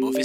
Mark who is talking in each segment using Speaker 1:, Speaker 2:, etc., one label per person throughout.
Speaker 1: Mauvais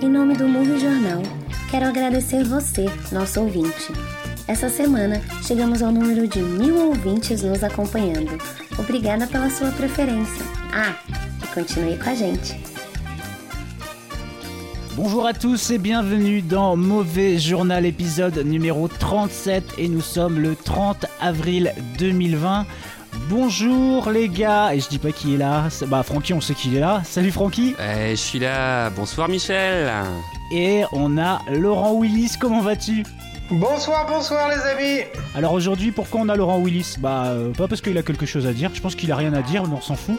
Speaker 2: Em nome do Murro Jornal, quero agradecer você, nosso ouvinte. Essa semana, chegamos ao número de mil ouvintes nos acompanhando. Obrigada pela sua preferência. Ah, e continue com a gente.
Speaker 3: Bonjour à tous et bienvenue dans Mauvais Journal épisode numéro 37 et nous sommes le 30 avril 2020. Bonjour les gars, et je dis pas qui est là, c'est- bah Francky on sait qu'il est là, salut Francky
Speaker 4: Eh, je suis là. Bonsoir Michel.
Speaker 3: Et on a Laurent Willis, comment vas-tu
Speaker 5: Bonsoir, bonsoir les amis
Speaker 3: Alors aujourd'hui pourquoi on a Laurent Willis Bah euh, pas parce qu'il a quelque chose à dire, je pense qu'il a rien à dire mais on s'en fout.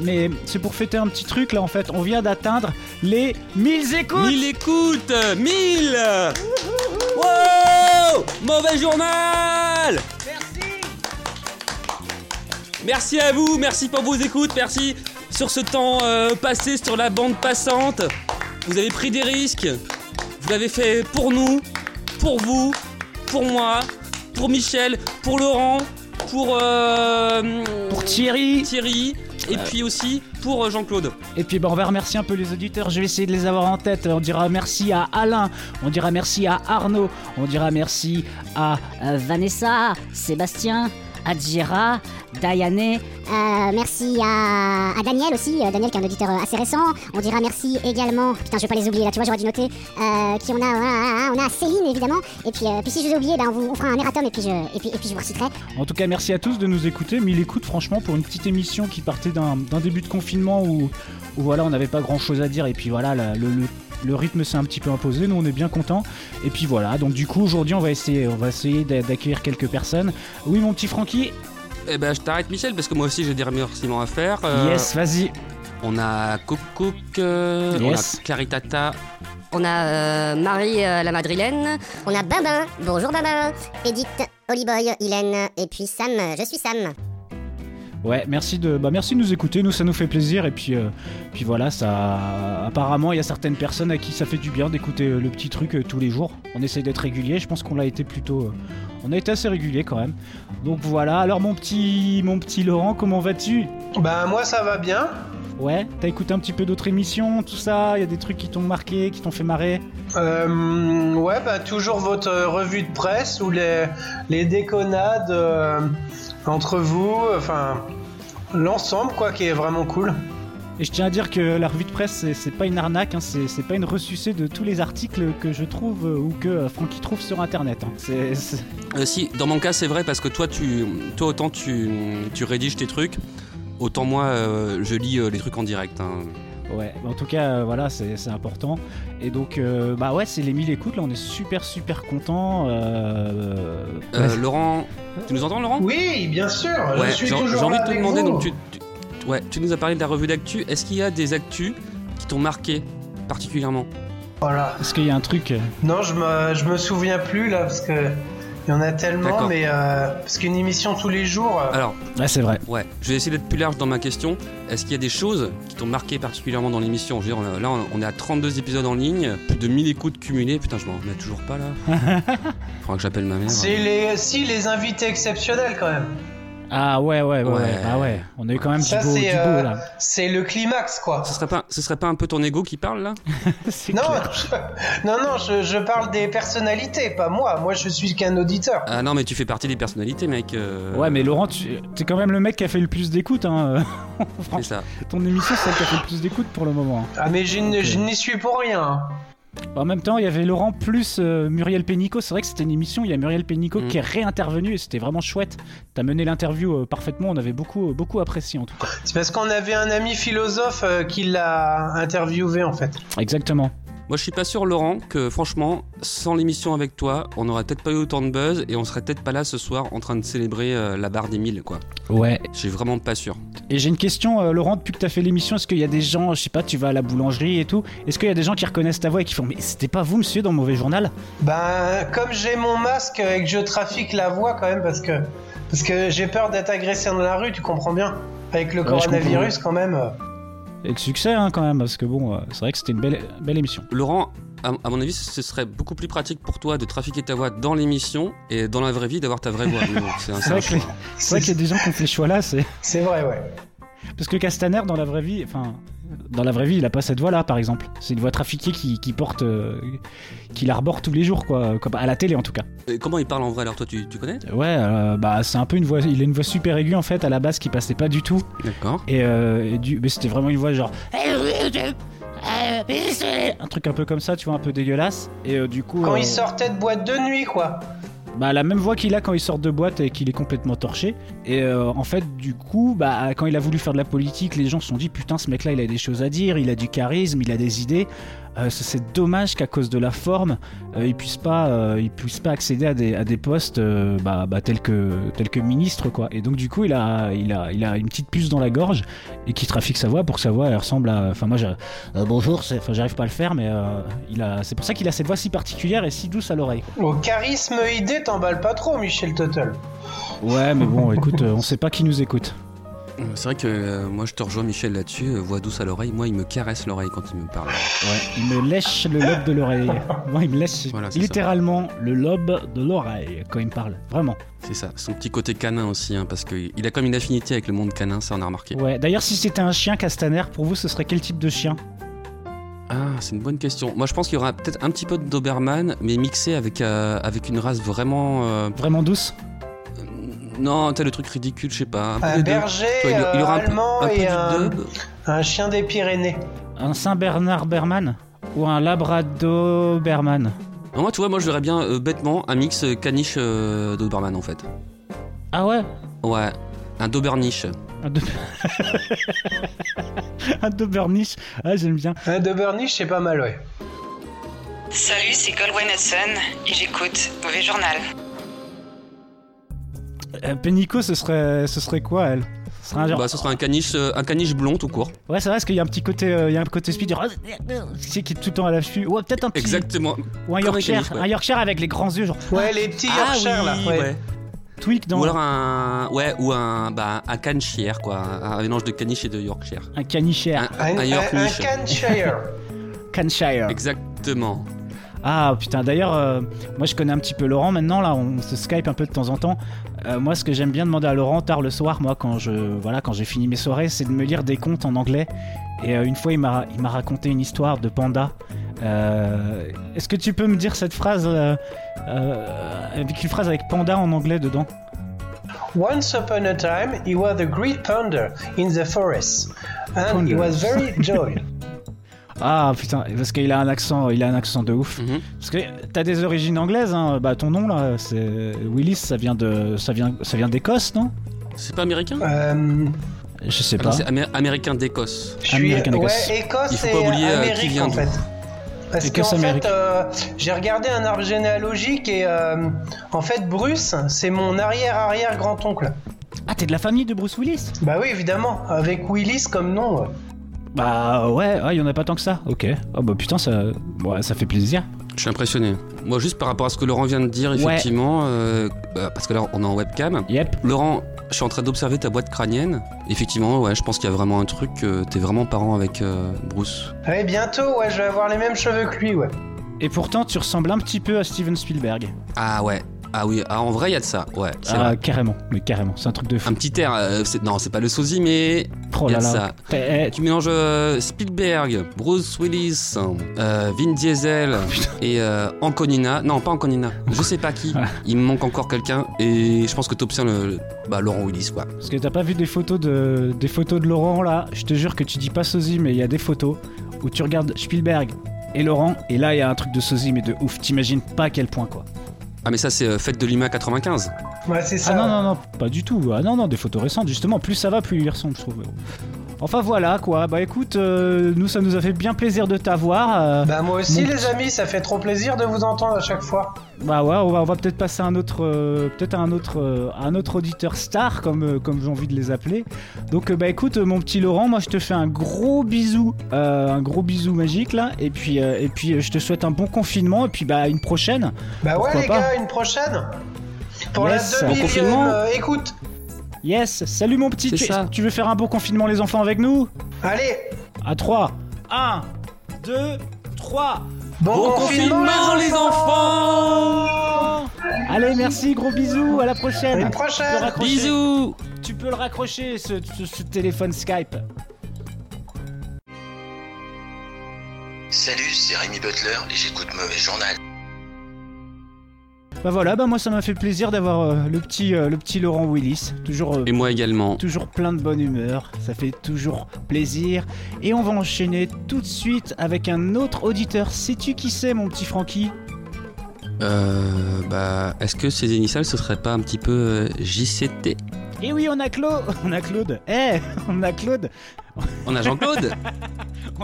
Speaker 3: Mais c'est pour fêter un petit truc là en fait, on vient d'atteindre les 1000 écoutes
Speaker 4: 1000 écoutes 1000 Wow Mauvais journal Merci Merci à vous, merci pour vos écoutes, merci sur ce temps euh, passé sur la bande passante. Vous avez pris des risques, vous l'avez fait pour nous, pour vous, pour moi, pour Michel, pour Laurent, pour, euh,
Speaker 3: pour Thierry
Speaker 4: Thierry et puis aussi pour euh, Jean-Claude.
Speaker 3: Et puis bah, on va remercier un peu les auditeurs, je vais essayer de les avoir en tête. On dira merci à Alain, on dira merci à Arnaud, on dira merci à...
Speaker 6: Euh, Vanessa, Sébastien, Adjira, Dayané,
Speaker 7: Euh, merci à, à Daniel aussi, euh, Daniel qui est un auditeur euh, assez récent. On dira merci également, putain je vais pas les oublier là, tu vois j'aurais dû noter, euh, qui on a, voilà, on a Céline évidemment, et puis, euh, puis si je les ai oubliés, ben, on, vous, on fera un erratum et puis je, et puis, et puis je vous reciterai.
Speaker 3: En tout cas merci à tous de nous écouter, mais il écoute franchement pour une petite émission qui partait d'un d'un début de confinement où, où voilà on n'avait pas grand chose à dire et puis voilà la- le, le- le rythme s'est un petit peu imposé, nous on est bien contents. Et puis voilà, donc du coup aujourd'hui on va essayer, on va essayer d'a- d'accueillir quelques personnes. Oui mon petit Francky,
Speaker 4: Eh ben, je t'arrête, Michel, parce que moi aussi j'ai des remerciements à faire. Euh,
Speaker 3: yes vas-y.
Speaker 4: On a Cook euh,
Speaker 3: Yes.
Speaker 4: on a Claritata.
Speaker 8: On a euh, Marie euh, la madrilène.
Speaker 7: On a Babin, bonjour Babin, Edith, Oliboy, Hélène, et puis Sam, euh, je suis Sam.
Speaker 3: Ouais, merci de, bah merci de nous écouter, nous ça nous fait plaisir et puis, euh, puis voilà, ça, apparemment il y a certaines personnes à qui ça fait du bien d'écouter euh, le petit truc euh, tous les jours. On essaie d'être régulier, je pense qu'on l'a été plutôt, euh, on a été assez régulier quand même. Donc voilà, alors mon petit, mon petit Laurent, comment vas-tu
Speaker 5: Ben moi ça va bien.
Speaker 3: Ouais, t'as écouté un petit peu d'autres émissions, tout ça, il y a des trucs qui t'ont marqué, qui t'ont fait marrer.
Speaker 5: Euh, ouais, bah toujours votre euh, revue de presse ou les, les déconnades euh, entre vous, enfin l'ensemble quoi qui est vraiment cool.
Speaker 3: Et je tiens à dire que la revue de presse, c'est- c'est pas une arnaque, hein, c'est c'est pas une ressucée de tous les articles que je trouve euh, ou que euh, Francky trouve sur internet. hein. C'est- c'est-
Speaker 4: Euh, si, dans mon cas, c'est vrai, parce que toi, tu, toi autant tu, tu rédiges tes trucs, autant moi, euh, je lis euh, les trucs en direct. hein.
Speaker 3: Ouais, mais en tout cas, euh, voilà, c'est c'est important. Et donc, euh, bah ouais, c'est les 1000 écoutes, là, on est super, super contents. euh,
Speaker 4: Euh,
Speaker 3: vas-y.
Speaker 4: Laurent, tu nous entends, Laurent
Speaker 5: Oui, bien sûr,
Speaker 4: Ouais,
Speaker 5: je suis
Speaker 4: j'ai
Speaker 5: toujours
Speaker 4: j'ai envie
Speaker 5: là
Speaker 4: de te
Speaker 5: avec
Speaker 4: demander,
Speaker 5: vous.
Speaker 4: donc tu, tu- ouais, tu nous as parlé de la revue d'actu. Est-ce qu'il y a des actus qui t'ont marqué particulièrement
Speaker 5: Voilà.
Speaker 3: Parce qu'il y a un truc. euh,
Speaker 5: Non, je me, je me souviens plus là parce que il y en a tellement,
Speaker 4: D'accord. Ah,
Speaker 5: mais euh, parce qu'une émission tous les jours. euh,
Speaker 4: Alors,
Speaker 3: Ouais, c'est vrai.
Speaker 4: Ouais, je vais essayer d'être plus large dans ma question. Est-ce qu'il y a des choses qui t'ont marqué particulièrement dans l'émission Je veux dire, on a- là, on est à 32 épisodes en ligne, plus de 1000 écoutes cumulées. Putain, je m'en remets toujours pas là. Faudra que j'appelle ma mère.
Speaker 5: c'est les, si les invités exceptionnels quand même.
Speaker 3: Ah ouais, ouais, ouais, ouais.
Speaker 4: Ouais.
Speaker 3: Ah ouais, on a eu quand même
Speaker 5: Ça,
Speaker 3: du beau,
Speaker 5: c'est,
Speaker 3: du beau,
Speaker 5: euh,
Speaker 3: là.
Speaker 5: C'est le climax quoi.
Speaker 4: Ce serait, pas, ce serait pas un peu ton ego qui parle là
Speaker 3: C'est
Speaker 5: Non,
Speaker 3: clair.
Speaker 5: je- non, non, je, je parle des personnalités, pas moi. Moi, je suis qu'un auditeur.
Speaker 4: Ah non, mais tu fais partie des personnalités, mec. euh,
Speaker 3: Ouais, mais Laurent, tu es quand même le mec qui a fait le plus d'écoutes. Hein.
Speaker 4: C'est ça.
Speaker 3: Ton émission, c'est celle qui a fait le plus d'écoutes pour le moment. hein. Bah,
Speaker 5: Ah, mais je n- je n'y suis pour rien. hein.
Speaker 3: En même temps, il y avait Laurent plus euh, Muriel Pénicaud. C'est vrai que c'était une émission. Il y a Muriel Pénicaud
Speaker 4: Mm.
Speaker 3: qui est réintervenue et c'était vraiment chouette. T'as mené l'interview euh, parfaitement. On avait beaucoup, beaucoup apprécié en tout cas.
Speaker 5: C'est parce qu'on avait un ami philosophe euh, qui l'a interviewé en fait.
Speaker 3: Exactement.
Speaker 4: Moi, Moi, je suis pas sûr, Laurent, que franchement, sans l'émission avec toi, on n'aurait peut-être pas eu autant de buzz et on serait peut-être pas là ce soir en train de célébrer euh, la barre des 1000, quoi.
Speaker 3: Ouais.
Speaker 4: Je suis vraiment pas sûr.
Speaker 3: Et j'ai une question, euh, Laurent, depuis que t'as fait l'émission, est-ce qu'il y a des gens, je sais pas, tu vas à la boulangerie et tout, est-ce qu'il y a des gens qui reconnaissent ta voix et qui font Mais c'était pas vous, monsieur, dans le mauvais journal
Speaker 5: Ben, comme j'ai mon masque et que je trafique la voix quand même, parce que, parce que j'ai peur d'être agressé dans la rue, tu comprends bien. Avec le
Speaker 3: Ouais, je comprends.
Speaker 5: coronavirus, quand même. euh,
Speaker 3: Et de succès, hein, quand même, parce que bon, euh, c'est vrai que c'était une belle, belle émission.
Speaker 4: Laurent, à, à mon avis, ce serait beaucoup plus pratique pour toi de trafiquer ta voix dans l'émission et dans la vraie vie d'avoir ta vraie voix. Mais bon, c'est un-
Speaker 3: C'est
Speaker 4: c'est un
Speaker 3: vrai que
Speaker 4: choix.
Speaker 3: les- c'est vrai qu'il y a des gens qui ont fait ce choix-là, c'est.
Speaker 5: C'est vrai, ouais.
Speaker 3: Parce que Castaner, dans la vraie vie, enfin, dans la vraie vie, il a pas cette voix-là, par exemple. C'est une voix trafiquée qui, qui porte. euh, qui l'arbore tous les jours, quoi. Comme à la télé, en tout cas.
Speaker 4: Et Comment il parle en vrai alors Toi, tu, tu connais
Speaker 3: Ouais, euh, bah, c'est un peu une voix. Il a une voix super aiguë, en fait, à la base, qui passait pas du tout.
Speaker 4: D'accord.
Speaker 3: Et, euh, et du... mais c'était vraiment une voix genre. Un truc un peu comme ça, tu vois, un peu dégueulasse. Et euh, du coup.
Speaker 5: Quand
Speaker 3: euh,
Speaker 5: il sortait de boîte de nuit, quoi.
Speaker 3: bah, la même voix qu'il a quand il sort de boîte et qu'il est complètement torché. Et euh, en fait, du coup, bah, quand il a voulu faire de la politique, les gens se sont dit Putain, ce mec-là, il a des choses à dire, il a du charisme, il a des idées. Euh, c'est- c'est dommage qu'à cause de la forme, euh, il puisse pas, euh, il puisse pas accéder à des, à des postes euh, bah, bah, tels que tels que ministre quoi. Et donc du coup, il a, il a, il a une petite puce dans la gorge et qui trafique sa voix pour que sa voix elle ressemble à. Enfin moi, j'ai- euh, bonjour, c'est- enfin j'arrive pas à le faire, mais euh, il a, c'est pour ça qu'il a cette voix si particulière et si douce à l'oreille.
Speaker 5: Au charisme idée, t'emballes pas trop, Michel Total.
Speaker 3: Ouais, mais bon, écoute, euh, on sait pas qui nous écoute.
Speaker 4: C'est vrai que euh, moi, je te rejoins, Michel, là-dessus. euh, voix douce à l'oreille. Moi, il me caresse l'oreille quand il me parle.
Speaker 3: Ouais, il me lèche le lobe de l'oreille. Moi, il me lèche
Speaker 4: Voilà, c'est
Speaker 3: littéralement le lobe de l'oreille quand il me parle. Vraiment.
Speaker 4: C'est ça. Son petit côté canin aussi, hein, parce qu'il a comme une affinité avec le monde canin, ça, on a remarqué.
Speaker 3: Ouais. D'ailleurs, si c'était un chien castaner, pour vous, ce serait quel type de chien
Speaker 4: Ah, c'est une bonne question. Moi, je pense qu'il y aura peut-être un petit peu de Doberman, mais mixé avec, euh, avec une race vraiment. euh,
Speaker 3: Vraiment douce
Speaker 4: euh, non, t'as le truc ridicule, je sais pas. Un, peu
Speaker 5: Un
Speaker 4: des deux.
Speaker 5: berger
Speaker 4: Toi, il y- il y
Speaker 5: euh,
Speaker 4: aura un peu-
Speaker 5: allemand
Speaker 4: un peu
Speaker 5: et
Speaker 4: du
Speaker 5: un,
Speaker 4: dub.
Speaker 5: un chien des Pyrénées.
Speaker 3: Un Saint Bernard Berman ou un Labrador Berman
Speaker 4: Non, moi, tu vois, moi, je verrais bien euh, bêtement un mix euh, caniche euh, Doberman en fait.
Speaker 3: Ah ouais
Speaker 4: Ouais, un Doberniche.
Speaker 3: Un, de... un Doberniche. Ah, j'aime bien.
Speaker 5: Un Doberniche, c'est pas mal, ouais.
Speaker 9: Salut, c'est Colwyn Hudson et j'écoute Mauvais Journal.
Speaker 3: Euh, Pénico, ce serait, ce serait quoi elle Ce serait un genre.
Speaker 4: Bah, ce sera un caniche, euh, un caniche blond tout court.
Speaker 3: Ouais, c'est vrai, parce qu'il y a un petit côté, euh, il y a un côté speed. genre, Tu sais, qui est tout le temps à l'affût. Ouais, peut-être un petit.
Speaker 4: Exactement.
Speaker 3: Ou un
Speaker 4: Comme
Speaker 3: Yorkshire,
Speaker 4: chez nous, ouais.
Speaker 3: un Yorkshire avec les grands yeux, genre
Speaker 5: Ouais, les petits Yorkshire,
Speaker 4: Ah. oui,
Speaker 5: Ah là. ouais.
Speaker 4: ouais.
Speaker 3: tweak dans
Speaker 4: Ou alors un, ouais, ou un, bah, un canichère quoi, un, un mélange de caniche et de Yorkshire.
Speaker 3: un canichère,
Speaker 4: Un,
Speaker 5: Un, un, un
Speaker 4: Yorkshire.
Speaker 5: Canshire.
Speaker 3: canshire.
Speaker 4: Exactement.
Speaker 3: Ah putain, d'ailleurs, euh, moi je connais un petit peu Laurent maintenant, là on se Skype un peu de temps en temps. Euh, moi ce que j'aime bien demander à Laurent tard le soir, moi quand je voilà quand j'ai fini mes soirées, c'est de me lire des contes en anglais. Et euh, une fois il m'a il m'a raconté une histoire de panda. Euh, Est-ce que tu peux me dire cette phrase euh, euh, avec une phrase avec panda en anglais dedans
Speaker 5: Once upon a time, he was a great panda in the forest, and he
Speaker 3: Panda.
Speaker 5: was very joyful.
Speaker 3: Ah putain, parce qu'il a un accent, il a un accent de ouf.
Speaker 4: Mhm.
Speaker 3: Parce que t'as des origines anglaises, hein. bah ton nom là, c'est Willis, ça vient de, ça vient, ça vient d'Écosse, non
Speaker 4: C'est pas américain
Speaker 5: Euh,
Speaker 3: Je sais
Speaker 4: Ah
Speaker 3: pas.
Speaker 4: non, c'est amé- américain d'Écosse.
Speaker 5: je suis
Speaker 3: American Écosse.
Speaker 5: ouais, Écosse
Speaker 4: Il faut
Speaker 5: et
Speaker 4: pas oublier, euh, qui
Speaker 5: Amérique
Speaker 4: vient
Speaker 5: en
Speaker 4: d'où.
Speaker 5: fait. Parce
Speaker 3: Écosse,
Speaker 5: qu'en fait,
Speaker 3: Amérique.
Speaker 5: euh, j'ai regardé un arbre généalogique et euh, en fait, Bruce, c'est mon arrière-arrière-grand-oncle.
Speaker 3: Ah t'es de la famille de Bruce Willis
Speaker 5: Bah oui, évidemment, avec Willis comme nom. ouais.
Speaker 3: Bah ouais, ouais, il y en a pas tant que ça. Ok. Ah bah putain, ça, ouais, ça fait plaisir.
Speaker 4: Je suis impressionné. Moi, juste par rapport à ce que Laurent vient de dire, effectivement, euh, bah, parce que là, on est en webcam.
Speaker 3: Yep.
Speaker 4: Laurent, je suis en train d'observer ta boîte crânienne. Effectivement, ouais, je pense qu'il y a vraiment un truc. euh, T'es vraiment parent avec euh, Bruce.
Speaker 5: Ouais, bientôt, ouais, je vais avoir les mêmes cheveux que lui, ouais.
Speaker 3: Et pourtant, tu ressembles un petit peu à Steven Spielberg.
Speaker 4: Ah ouais. Ah oui. Ah, en vrai, il y a de ça. Ouais. c'est
Speaker 3: Ah
Speaker 4: vrai.
Speaker 3: carrément, mais carrément, c'est un truc de fou.
Speaker 4: Un petit air. euh, c'est- non, c'est pas le sosie, mais
Speaker 3: Oh
Speaker 4: il y
Speaker 3: là
Speaker 4: a de
Speaker 3: là.
Speaker 4: ça.
Speaker 3: T'es- eh, tu-
Speaker 4: Tu mélanges euh, Spielberg, Bruce Willis, euh, Vin Diesel
Speaker 3: Ah,
Speaker 4: et euh, Anconina. Non, pas Anconina. Je sais pas qui. Il me manque encore quelqu'un et je pense que t'obtiens le, le- bah, Laurent Willis quoi.
Speaker 3: Parce que t'as pas vu des photos de, des photos de Laurent là Je te jure que tu dis pas sosie, mais il y a des photos où tu regardes Spielberg et Laurent, et là il y a un truc de sosie, mais de ouf. T'imagines pas à quel point quoi.
Speaker 4: Ah mais ça c'est euh, Fête de Lima 95.
Speaker 5: Ouais, c'est ça.
Speaker 3: Ah non, non, non, pas du tout. Ah non, non, des photos récentes, justement. Plus ça va, plus il y ressemble, je trouve. Enfin voilà quoi. Bah écoute, euh, nous ça nous a fait bien plaisir de t'avoir. euh,
Speaker 5: Bah moi aussi
Speaker 3: Mon-
Speaker 5: les amis, ça fait trop plaisir de vous entendre à chaque fois.
Speaker 3: bah ouais, on va, on va peut-être passer à un autre, euh, peut-être à un autre, euh, à un autre auditeur star comme euh, comme j'ai envie de les appeler. Donc euh, bah écoute, euh, mon petit Laurent, moi je te fais un gros bisou, euh, un gros bisou magique là. Et puis euh, et puis euh, je te souhaite un bon confinement et puis bah à une prochaine.
Speaker 5: Bah
Speaker 3: Pourquoi
Speaker 5: ouais les
Speaker 3: pas.
Speaker 5: gars, une prochaine pour
Speaker 3: Yes,
Speaker 5: la 2000
Speaker 4: confinement.
Speaker 5: écoute.
Speaker 3: Yes, salut mon petit.
Speaker 4: C'est
Speaker 3: Tu,
Speaker 4: ça.
Speaker 3: tu veux faire un bon confinement les enfants avec nous
Speaker 5: Allez,
Speaker 3: À 3 1 2 3
Speaker 5: bon,
Speaker 4: Bon confinement, les enfants
Speaker 3: Allez, merci, gros bisous, à la prochaine.
Speaker 5: Une
Speaker 3: Tu peux
Speaker 5: prochaine.
Speaker 3: raccrocher.
Speaker 4: Bisous
Speaker 3: Tu peux le raccrocher, ce, ce- ce téléphone Skype.
Speaker 10: Salut, c'est Rémi Butler et j'écoute Mauvais Journal.
Speaker 3: Bah voilà, bah moi ça m'a fait plaisir d'avoir euh, le petit, euh, le petit Laurent Willis, toujours, euh,
Speaker 4: Et moi également.
Speaker 3: toujours plein de bonne humeur. Ça fait toujours plaisir. Et on va enchaîner tout de suite avec un autre auditeur. Sais-tu qui c'est, mon petit Francky
Speaker 4: Euh. Bah. Est-ce que ces initiales ce serait pas un petit peu euh, JCT
Speaker 3: Eh oui, on a Claude, on a Claude. Eh, on a Claude,
Speaker 4: On a Jean-Claude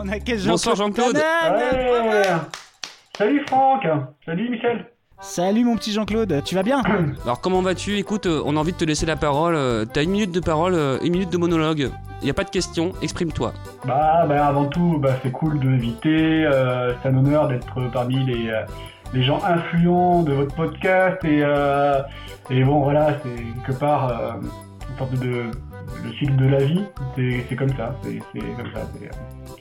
Speaker 3: on a quel
Speaker 4: Bonsoir, Jean-Claude.
Speaker 3: Tanner.
Speaker 7: Salut Franck Salut Michel
Speaker 3: Salut mon petit Jean-Claude, tu vas bien
Speaker 4: Alors comment vas-tu Écoute, euh, on a envie de te laisser la parole. euh, T'as une minute de parole, euh, une minute de monologue. Y a pas de question, exprime-toi.
Speaker 7: Bah, bah avant tout, bah, c'est cool de m'inviter. euh, c'est un honneur d'être parmi les, euh, les gens influents de votre podcast. Et, euh, et bon, voilà, c'est quelque part euh, une sorte de le cycle de la vie. C'est c'est comme ça. C'est c'est comme ça. c'est, euh,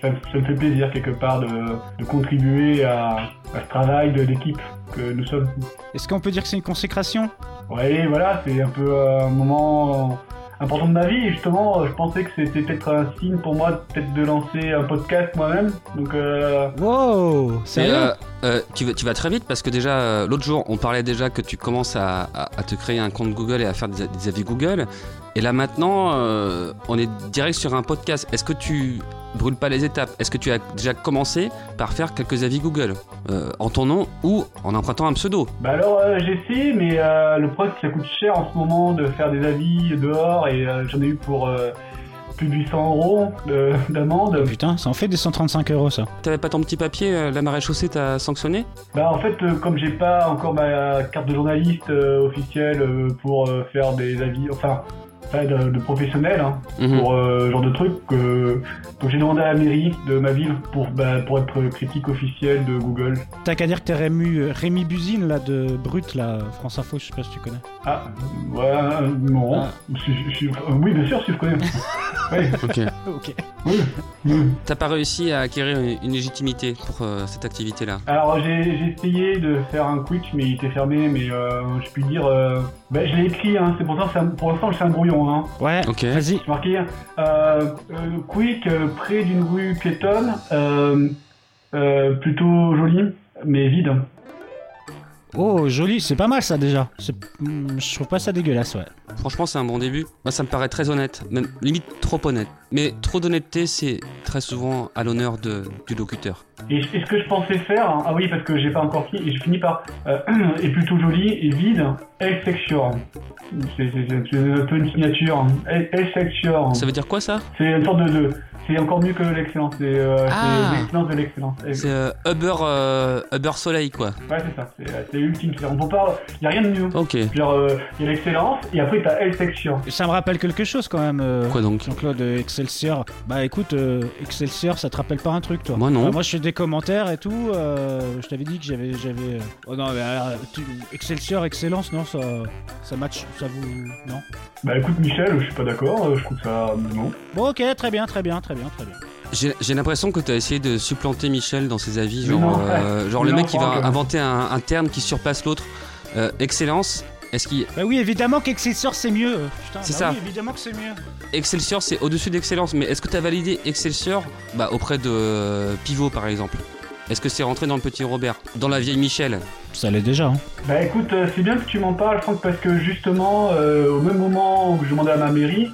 Speaker 7: ça, me- ça me fait plaisir quelque part de, de contribuer à, à ce travail de l'équipe que nous sommes.
Speaker 3: Est-ce qu'on peut dire que c'est une consécration
Speaker 7: Ouais, voilà, c'est un peu euh, un moment euh, important de ma vie. Et justement, euh, je pensais que c'était peut-être un signe pour moi, peut-être de lancer un podcast moi-même. Donc, euh,
Speaker 3: Wow
Speaker 4: Mais,
Speaker 3: Sérieux
Speaker 4: euh, euh, tu, vas, tu vas très vite parce que déjà euh, l'autre jour on parlait déjà que tu commences à, à- à te créer un compte Google et à faire des, des avis Google. Et là maintenant euh, on est direct sur un podcast. Est-ce que tu brûles pas les étapes Est-ce que tu as déjà commencé par faire quelques avis Google euh, en ton nom ou en empruntant un pseudo
Speaker 7: bah alors euh, j'essaie, mais euh, le problème, c'est que ça coûte cher en ce moment de faire des avis dehors. Et euh, j'en ai eu pour euh, plus de 800 euros de- d'amende.
Speaker 3: Oh, Putain, ça en fait des 135 euros ça.
Speaker 4: T'avais pas ton petit papier euh, La marée chaussée t'a sanctionné
Speaker 7: Bah en fait, euh, comme j'ai pas encore ma carte de journaliste euh, officielle euh, pour euh, faire des avis, enfin, pas de, de professionnel, hein,
Speaker 4: Mhm.
Speaker 7: pour euh, ce genre de truc. euh, donc j'ai demandé à la mairie de ma ville pour, bah, pour être critique officielle de Google.
Speaker 3: T'as qu'à dire que t'es Rémi, euh, Rémi Buzine là de Brut là, France Info, je sais pas si tu connais.
Speaker 7: Ah, ouais, euh, non.
Speaker 3: Ah.
Speaker 7: Je- je- je- euh, oui, bien sûr, si je connais.
Speaker 4: Ok.
Speaker 3: Ok.
Speaker 7: Oui.
Speaker 4: T'as pas réussi à acquérir une, une légitimité pour euh, cette activité là
Speaker 7: Alors j'ai j'ai essayé de faire un Twitch, mais il était fermé, mais euh, je puis dire... euh, bah, je l'ai écrit, hein, c'est pour ça, que c'est un- pour l'instant, c'est un brouillon. Hein.
Speaker 3: Ouais,
Speaker 4: Ok.
Speaker 3: vas-y.
Speaker 7: J'ai marqué euh, euh, quick euh, près d'une rue piétonne, euh, euh, plutôt jolie, mais vide.
Speaker 3: Oh joli, c'est pas mal ça déjà. C'est- hmm, Je trouve pas ça dégueulasse ouais.
Speaker 4: Franchement, c'est un bon début. Moi, ça me paraît très honnête, même limite trop honnête. Mais trop d'honnêteté, c'est très souvent à l'honneur de- du locuteur.
Speaker 7: Et, je- et ce que je pensais faire, hein, ah oui, parce que j'ai pas encore fini, et je finis par euh, et plutôt jolie et vide, elle secture. C'est c'est- c'est- c'est un peu une signature. hein. Elle elle secture.
Speaker 4: Ça veut dire quoi ça
Speaker 7: C'est une sorte de. de- c'est encore mieux que l'excellence. C'est euh, c'est
Speaker 4: Ah.
Speaker 7: l'excellence de l'excellence. Elle-
Speaker 4: C'est euh, Uber, euh, Uber Soleil, quoi.
Speaker 7: Ouais, c'est ça. C'est euh, c'est ultime. C'est-à-dire, On peut pas. Y a rien de mieux.
Speaker 4: Ok.
Speaker 7: Genre, euh, y a l'excellence, et après t'as elle secture.
Speaker 3: Ça me rappelle quelque chose quand même. euh,
Speaker 4: Quoi donc
Speaker 3: Jean-Claude euh, Excelsior. Bah écoute, euh, Excelsior, ça te rappelle pas un truc toi
Speaker 4: Moi, non.
Speaker 3: Bah, moi je fais des commentaires et tout. euh, je t'avais dit que j'avais, j'avais. euh, Oh non, mais alors, tu- Excelsior, excellence, non, ça, ça match, ça vous, non
Speaker 7: Bah écoute Michel, je suis pas d'accord, euh, je trouve ça non.
Speaker 3: Bon ok, très bien, très bien, très bien, très bien.
Speaker 4: J'ai j'ai l'impression que t'as essayé de supplanter Michel dans ses avis.
Speaker 7: Mais
Speaker 4: Genre,
Speaker 7: non,
Speaker 4: euh, genre le
Speaker 7: non,
Speaker 4: mec qui va
Speaker 7: Franck.
Speaker 4: inventer un, un terme qui surpasse l'autre. Euh, excellence. Est-ce qu'il.
Speaker 3: Bah oui, évidemment qu'Excelsior c'est mieux. euh, Putain,
Speaker 4: C'est
Speaker 3: bah
Speaker 4: ça.
Speaker 3: Oui, évidemment que c'est mieux.
Speaker 4: Excelsior, c'est au-dessus d'excellence. Mais est-ce que t'as validé Excelsior bah, auprès de euh, Pivot, par exemple Est-ce que c'est rentré dans le petit Robert Dans la vieille Michel
Speaker 3: Ça l'est déjà. Hein.
Speaker 7: Bah écoute, euh, c'est bien que tu m'en parles Franck parce que justement euh, au même moment où je demandais à ma mairie,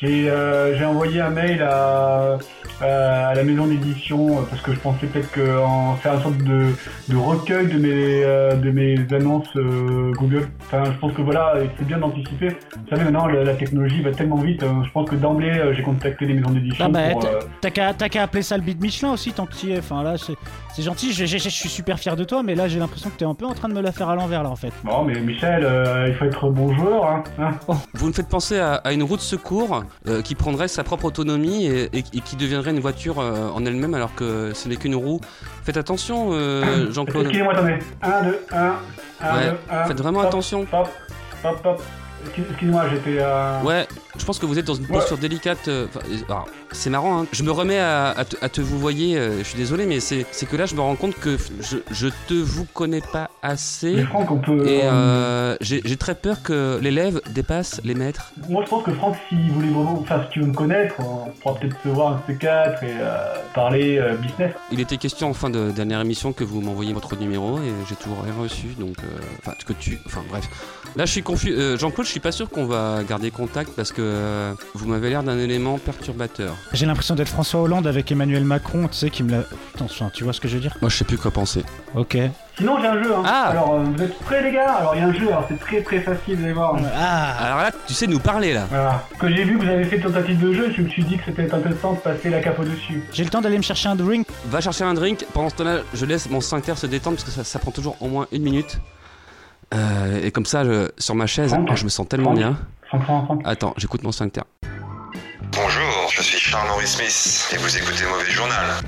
Speaker 7: j'ai euh, j'ai envoyé un mail à,
Speaker 5: euh, à la maison d'édition euh, parce que je pensais peut-être que en faire une sorte de, de recueil de mes euh, de mes annonces euh, Google. Enfin, je pense que voilà, c'est bien d'anticiper. Vous savez maintenant, la, la technologie va tellement vite. hein. je pense que d'emblée, euh, j'ai contacté les maisons d'édition
Speaker 3: Ah bah,
Speaker 5: pour,
Speaker 3: t'as-
Speaker 5: euh,
Speaker 3: t'as qu'à t'as qu'à appeler ça le bid Michelin aussi, tant que t'y es. Enfin, là, c'est c'est gentil, je, je- je suis super fier de toi, mais là, j'ai l'impression que t'es un peu en train de me la faire à l'envers, là, en fait.
Speaker 5: Bon, oh, mais Michel, euh, il faut être bon joueur. Hein, hein.
Speaker 4: Vous me faites penser à, à une roue de secours euh, qui prendrait sa propre autonomie et, et- et qui deviendrait une voiture euh, en elle-même alors que ce n'est qu'une roue. Faites attention, euh, Jean-Claude.
Speaker 5: Excusez-moi, attendez. 1, 2, 1, 1,
Speaker 4: Ouais,
Speaker 5: 2, 1.
Speaker 4: faites vraiment attention.
Speaker 5: Hop, hop, hop. Excuse- Excuse-moi, j'étais à.
Speaker 4: Ouais, je pense que vous êtes dans une
Speaker 5: Ouais.
Speaker 4: posture délicate. euh, enfin, euh, alors, c'est marrant, hein. je me remets à, à te, à te vous voyez, euh, je suis désolé, mais c'est c'est que là, je me rends compte que je, je te vous connais pas assez.
Speaker 5: Mais Franck, on peut.
Speaker 4: Et
Speaker 5: euh,
Speaker 4: euh, j'ai j'ai très peur que l'élève dépasse les maîtres.
Speaker 5: Moi, je pense que Franck, si vous voulez vraiment. Enfin, si tu veux me connaître, on pourra peut-être se voir un C4 et euh, parler euh, business.
Speaker 4: Il était question en fin de dernière émission que vous m'envoyiez votre numéro et j'ai toujours rien reçu, donc euh, enfin que tu, enfin bref. Là, je suis confus. euh, Jean-Claude, je suis pas sûr qu'on va garder contact parce que euh, vous m'avez l'air d'un élément perturbateur.
Speaker 3: J'ai l'impression d'être François Hollande avec Emmanuel Macron, tu sais, qui me la. Putain, enfin, tu vois ce que je veux dire
Speaker 4: Moi, je sais plus quoi penser.
Speaker 3: Ok.
Speaker 5: Sinon, j'ai un jeu. Hein.
Speaker 4: Ah.
Speaker 5: Alors, euh, vous êtes prêts, les gars Alors, il y a un jeu. Alors, c'est très très facile, vous allez voir.
Speaker 3: Ah
Speaker 4: Alors là, tu sais nous parler là.
Speaker 5: Voilà. Que j'ai vu que vous avez fait une tentative de jeu, je me suis dit que c'était intéressant de passer la cape au-dessus.
Speaker 3: J'ai le temps d'aller me chercher un drink.
Speaker 4: Va chercher un drink. Pendant ce temps-là, je laisse mon sphincter se détendre parce que ça, ça prend toujours au moins une minute. Euh, et comme ça, je- sur ma chaise,
Speaker 5: Franck.
Speaker 4: oh, je me sens tellement
Speaker 5: Franck.
Speaker 4: bien.
Speaker 5: Franck, Franck, Franck.
Speaker 4: Attends, j'écoute mon sphincter.
Speaker 9: Bonjour, je suis Charles-Henri Smith et vous écoutez Mauvais Journal.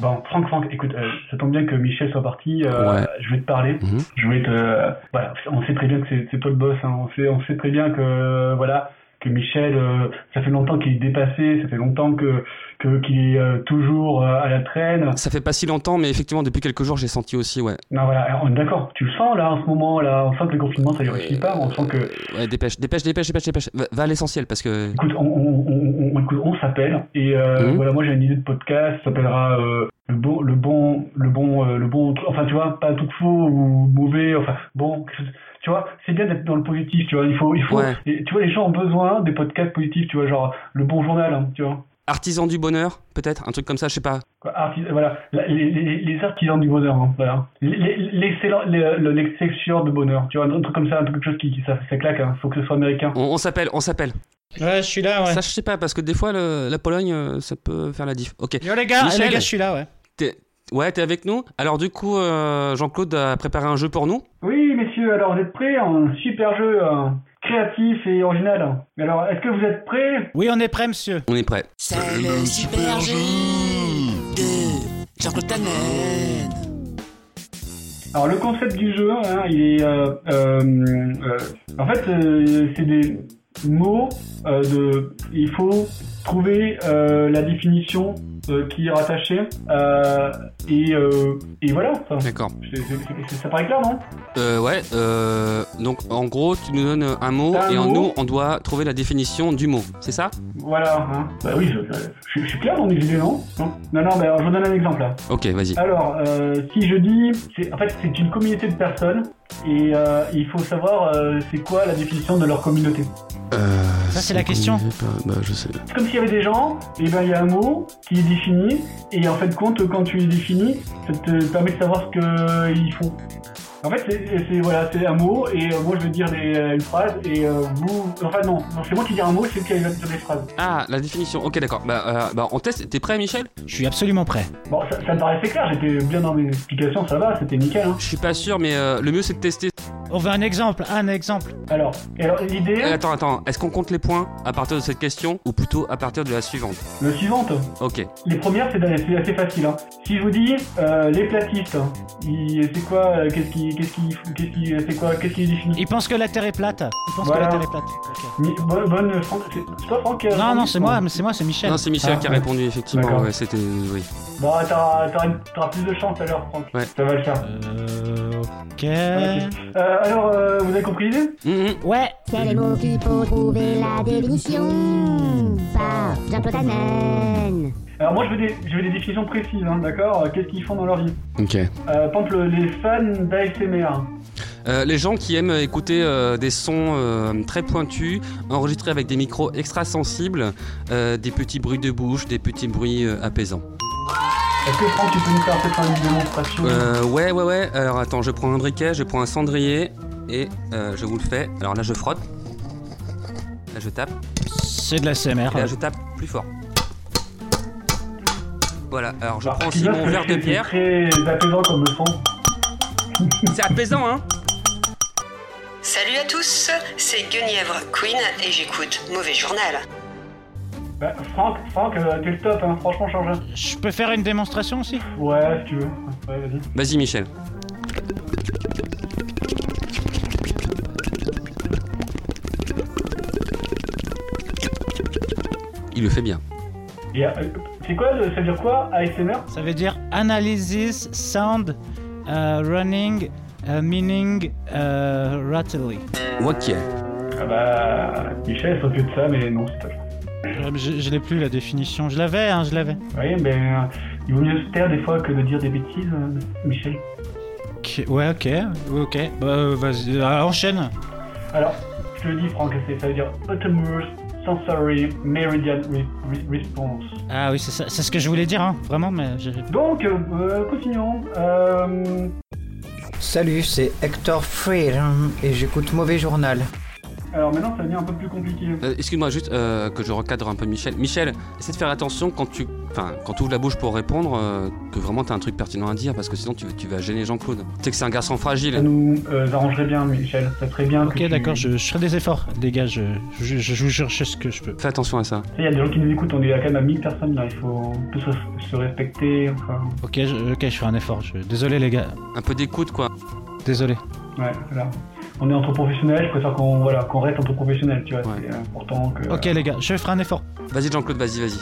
Speaker 5: Bon, Franck, Franck, écoute, euh, ça tombe bien que Michel soit parti. euh,
Speaker 4: Ouais.
Speaker 5: Je vais te parler.
Speaker 4: Mhm.
Speaker 5: Je vais te. voilà, on sait très bien que c'est- c'est toi le boss. hein, on, sait, on sait très bien que euh, voilà que Michel, euh, ça fait longtemps qu'il est dépassé. Ça fait longtemps que que- qu'il est euh, toujours euh, à la traîne.
Speaker 4: Ça fait pas si longtemps, mais effectivement, depuis quelques jours, j'ai senti aussi, ouais.
Speaker 5: Non, voilà, alors, on est d'accord. Tu le sens là en ce moment là. On sent que le confinement ça y réussit pas. On sent que.
Speaker 4: Ouais, dépêche, dépêche, dépêche, dépêche, dépêche. Va, va à l'essentiel parce que.
Speaker 5: Écoute, on, on, on, on- écoute, on s'appelle et euh,
Speaker 4: Mhm.
Speaker 5: voilà, moi j'ai une idée de podcast, ça s'appellera euh, le bon, le bon, le bon, euh, le bon, truc- enfin tu vois, pas tout faux ou mauvais, enfin bon, quelque chose- tu vois, c'est bien d'être dans le positif, tu vois, il faut, il faut,
Speaker 4: Ouais.
Speaker 5: et, tu vois, les gens ont besoin des podcasts positifs, tu vois, genre le bon journal, hein, tu vois.
Speaker 4: Artisan du bonheur, peut-être Un truc comme ça, je sais pas.
Speaker 5: Quoi, artis- voilà, la- les, les, les artisans du bonheur, hein, voilà, Les- les- l'excellent, les- le- l'exception de bonheur, tu vois, un truc comme ça, un truc quelque chose qui, qui ça, ça claque, hein, faut que ce soit américain.
Speaker 4: On, on s'appelle, on s'appelle.
Speaker 3: Ouais, je suis là,
Speaker 4: Ça, je sais pas, parce que des fois, le- la Pologne, euh, ça peut faire la diff. Ok.
Speaker 3: Yo les gars,
Speaker 4: Michel.
Speaker 3: les gars, je suis là, ouais.
Speaker 4: T'es- Ouais, t'es avec nous Alors, du coup, euh, Jean-Claude a préparé un jeu pour nous
Speaker 5: Oui, messieurs, alors vous êtes prêts Un super jeu euh, créatif et original. Alors, est-ce que vous êtes prêts
Speaker 3: Oui, on est prêt, monsieur.
Speaker 4: On est prêt.
Speaker 11: C'est le super jeu de Jean-Claude Tannen.
Speaker 5: Alors, le concept du jeu, hein, il est... euh, euh, euh, en fait, euh, c'est des mots euh, de... Il faut trouver euh, la définition euh, qui est rattachée. euh, et, euh, et voilà. Enfin,
Speaker 4: D'accord.
Speaker 5: c'est- c'est- c'est- ça paraît clair, non
Speaker 4: Euh, ouais, euh, donc en gros, tu nous donnes un mot
Speaker 5: Un
Speaker 4: et en
Speaker 5: mot.
Speaker 4: nous, on doit trouver la définition du mot, c'est ça
Speaker 5: Voilà. Hein. Bah oui, je, je- je- je suis clair dans mes idées, non Non, non, non, bah, alors, je vous donne un exemple, là.
Speaker 4: Ok, vas-y.
Speaker 5: Alors, euh, si je dis, c'est- en fait, c'est une communauté de personnes et euh, il faut savoir euh, c'est quoi la définition de leur communauté.
Speaker 4: Euh,
Speaker 3: Ça, c'est la question.
Speaker 4: Bah, je sais.
Speaker 5: C'est comme s'il y avait des gens, et ben il y a un mot qui est défini et en fait compte quand tu es défini, ça te permet de savoir ce qu'ils font. En fait, c'est c'est- voilà, c'est un mot et euh, moi je vais dire des, euh, une phrase et euh, vous, enfin non, non, c'est moi qui dis un mot, c'est qui va te dire des phrases.
Speaker 4: Ah, la définition, ok, d'accord. Bah, euh, bah, on teste. T'es prêt, Michel
Speaker 3: Je suis absolument prêt.
Speaker 5: Bon, ça, ça me paraissait clair, j'étais bien dans mes explications, ça va, c'était nickel. Hein.
Speaker 4: Je suis pas sûr, mais euh, le mieux, c'est de tester.
Speaker 3: On veut un exemple, un exemple.
Speaker 5: Alors, et alors l'idée,
Speaker 4: Eh, attends, attends. Est-ce qu'on compte les points à partir de cette question ou plutôt à partir de la suivante
Speaker 5: la suivante.
Speaker 4: Ok.
Speaker 5: Les premières, c'est c'est assez facile. hein. Si je vous dis euh, les platistes, hein, ils- c'est quoi euh, Qu'est-ce qui, qu'est-ce qui, qu'est-ce qui, c'est quoi Qu'est-ce qui les définit
Speaker 3: Il pense que la Terre est plate. Il pense
Speaker 5: Voilà.
Speaker 3: que la Terre est plate. Ok.
Speaker 5: Mi- Bonne, bonne Franck, c'est c'est toi Franck euh,
Speaker 3: Non,
Speaker 5: Franck
Speaker 3: non, c'est moi, mais c'est moi, c'est Michel.
Speaker 4: Non, c'est Michel
Speaker 5: Ah,
Speaker 4: qui a
Speaker 5: ouais.
Speaker 4: répondu, effectivement.
Speaker 5: D'accord.
Speaker 4: Ouais, c'était. Oui.
Speaker 5: Bon, t'auras t'auras- t'auras plus de chance à l'heure, Franck.
Speaker 4: Ouais.
Speaker 5: Ça va le faire.
Speaker 3: Euh, ok.
Speaker 5: Euh, alors, euh, vous avez compris l'idée
Speaker 4: Hum, hum.
Speaker 3: Ouais.
Speaker 7: C'est les mots qu'il faut trouver la définition par Jean-Claude Tannen.
Speaker 5: Alors, moi, je veux des, je veux des définitions précises, hein, d'accord Qu'est-ce qu'ils font dans leur vie
Speaker 4: Ok.
Speaker 5: euh, Par exemple, les fans d'ASMR.
Speaker 4: Euh, les gens qui aiment écouter euh, des sons euh, très pointus, enregistrés avec des micros extra sensibles, euh, des petits bruits de bouche, des petits bruits euh, apaisants.
Speaker 6: Est-ce que Franck, tu peux nous faire peut-être une démonstration
Speaker 4: Euh, ouais, ouais, ouais. Alors attends, je prends un briquet, je prends un cendrier et euh, je vous le fais. Alors là, je frotte. Là, je tape.
Speaker 3: C'est de la CMR.
Speaker 4: Et là, je tape plus fort. Voilà, alors je prends
Speaker 6: Parce que
Speaker 4: aussi
Speaker 6: là,
Speaker 4: mon
Speaker 6: c'est-
Speaker 4: verre de
Speaker 6: c'est
Speaker 4: bière.
Speaker 6: très apaisant comme le son.
Speaker 4: C'est apaisant, hein
Speaker 9: Salut à tous, c'est Guenièvre Queen et j'écoute Mauvais Journal.
Speaker 6: Bah, Franck, Franck euh, t'es le top, hein, franchement, change.
Speaker 3: Je peux faire une démonstration aussi
Speaker 6: Ouais, si tu veux. Ouais, vas-y.
Speaker 4: Vas-y, Michel. Il le fait bien.
Speaker 6: Et, euh, C'est quoi, le- ça veut dire quoi, ASMR
Speaker 3: Ça veut dire Analysis Sound euh, Running euh, Meaning euh, Rattly.
Speaker 4: Ok.
Speaker 6: Ah bah, Michel, s'occupe de ça, mais non, c'est pas ça.
Speaker 3: Euh, Je, je l'ai plus la définition. Je l'avais, hein, je l'avais.
Speaker 6: Oui, mais euh, il vaut mieux se taire des fois que de dire des bêtises, euh, Michel.
Speaker 3: Ok, Ouais, ok, ouais, ok. Bah, euh, vas-y, euh, enchaîne.
Speaker 6: Alors, je te le dis, Franck, c'est- ça veut dire Autonomous Sensory Meridian Re- Re- Response.
Speaker 3: Ah oui, c'est ça- c'est ce que je voulais dire, hein, vraiment, mais j'ai-
Speaker 6: Donc, euh, euh, continuons. Euh,
Speaker 12: Salut, c'est Hector Freedom et j'écoute Mauvais Journal.
Speaker 6: alors maintenant, ça devient un peu plus compliqué.
Speaker 4: Euh, Excuse-moi juste euh, que je recadre un peu Michel. Michel, essaie de faire attention quand tu, enfin, quand tu ouvres la bouche pour répondre, euh, que vraiment t'as un truc pertinent à dire, parce que sinon tu, tu vas gêner Jean-Claude. Tu sais que c'est un garçon
Speaker 6: Ça
Speaker 4: fragile.
Speaker 6: nous euh, arrangerait bien, Michel. Ça serait bien
Speaker 3: Ok,
Speaker 6: que bah, tu-
Speaker 3: d'accord, je, je ferai des efforts, les gars, je, je, je, je vous cherche ce que je peux.
Speaker 4: Fais attention à ça.
Speaker 6: Tu sais, Il y a des gens qui nous écoutent, on est quand même à 1000 personnes, là. Il faut on peut se, se respecter, enfin...
Speaker 3: Ok, je, ok, je ferai un effort. je- Désolé, les gars.
Speaker 4: Un peu d'écoute, quoi.
Speaker 3: Désolé.
Speaker 6: Ouais, voilà. On est entre professionnels, je préfère qu'on voilà, qu'on reste entre professionnels, tu vois. C'est euh, important que...
Speaker 3: Ok, les gars, je ferai un effort.
Speaker 4: Vas-y Jean-Claude, vas-y, vas-y.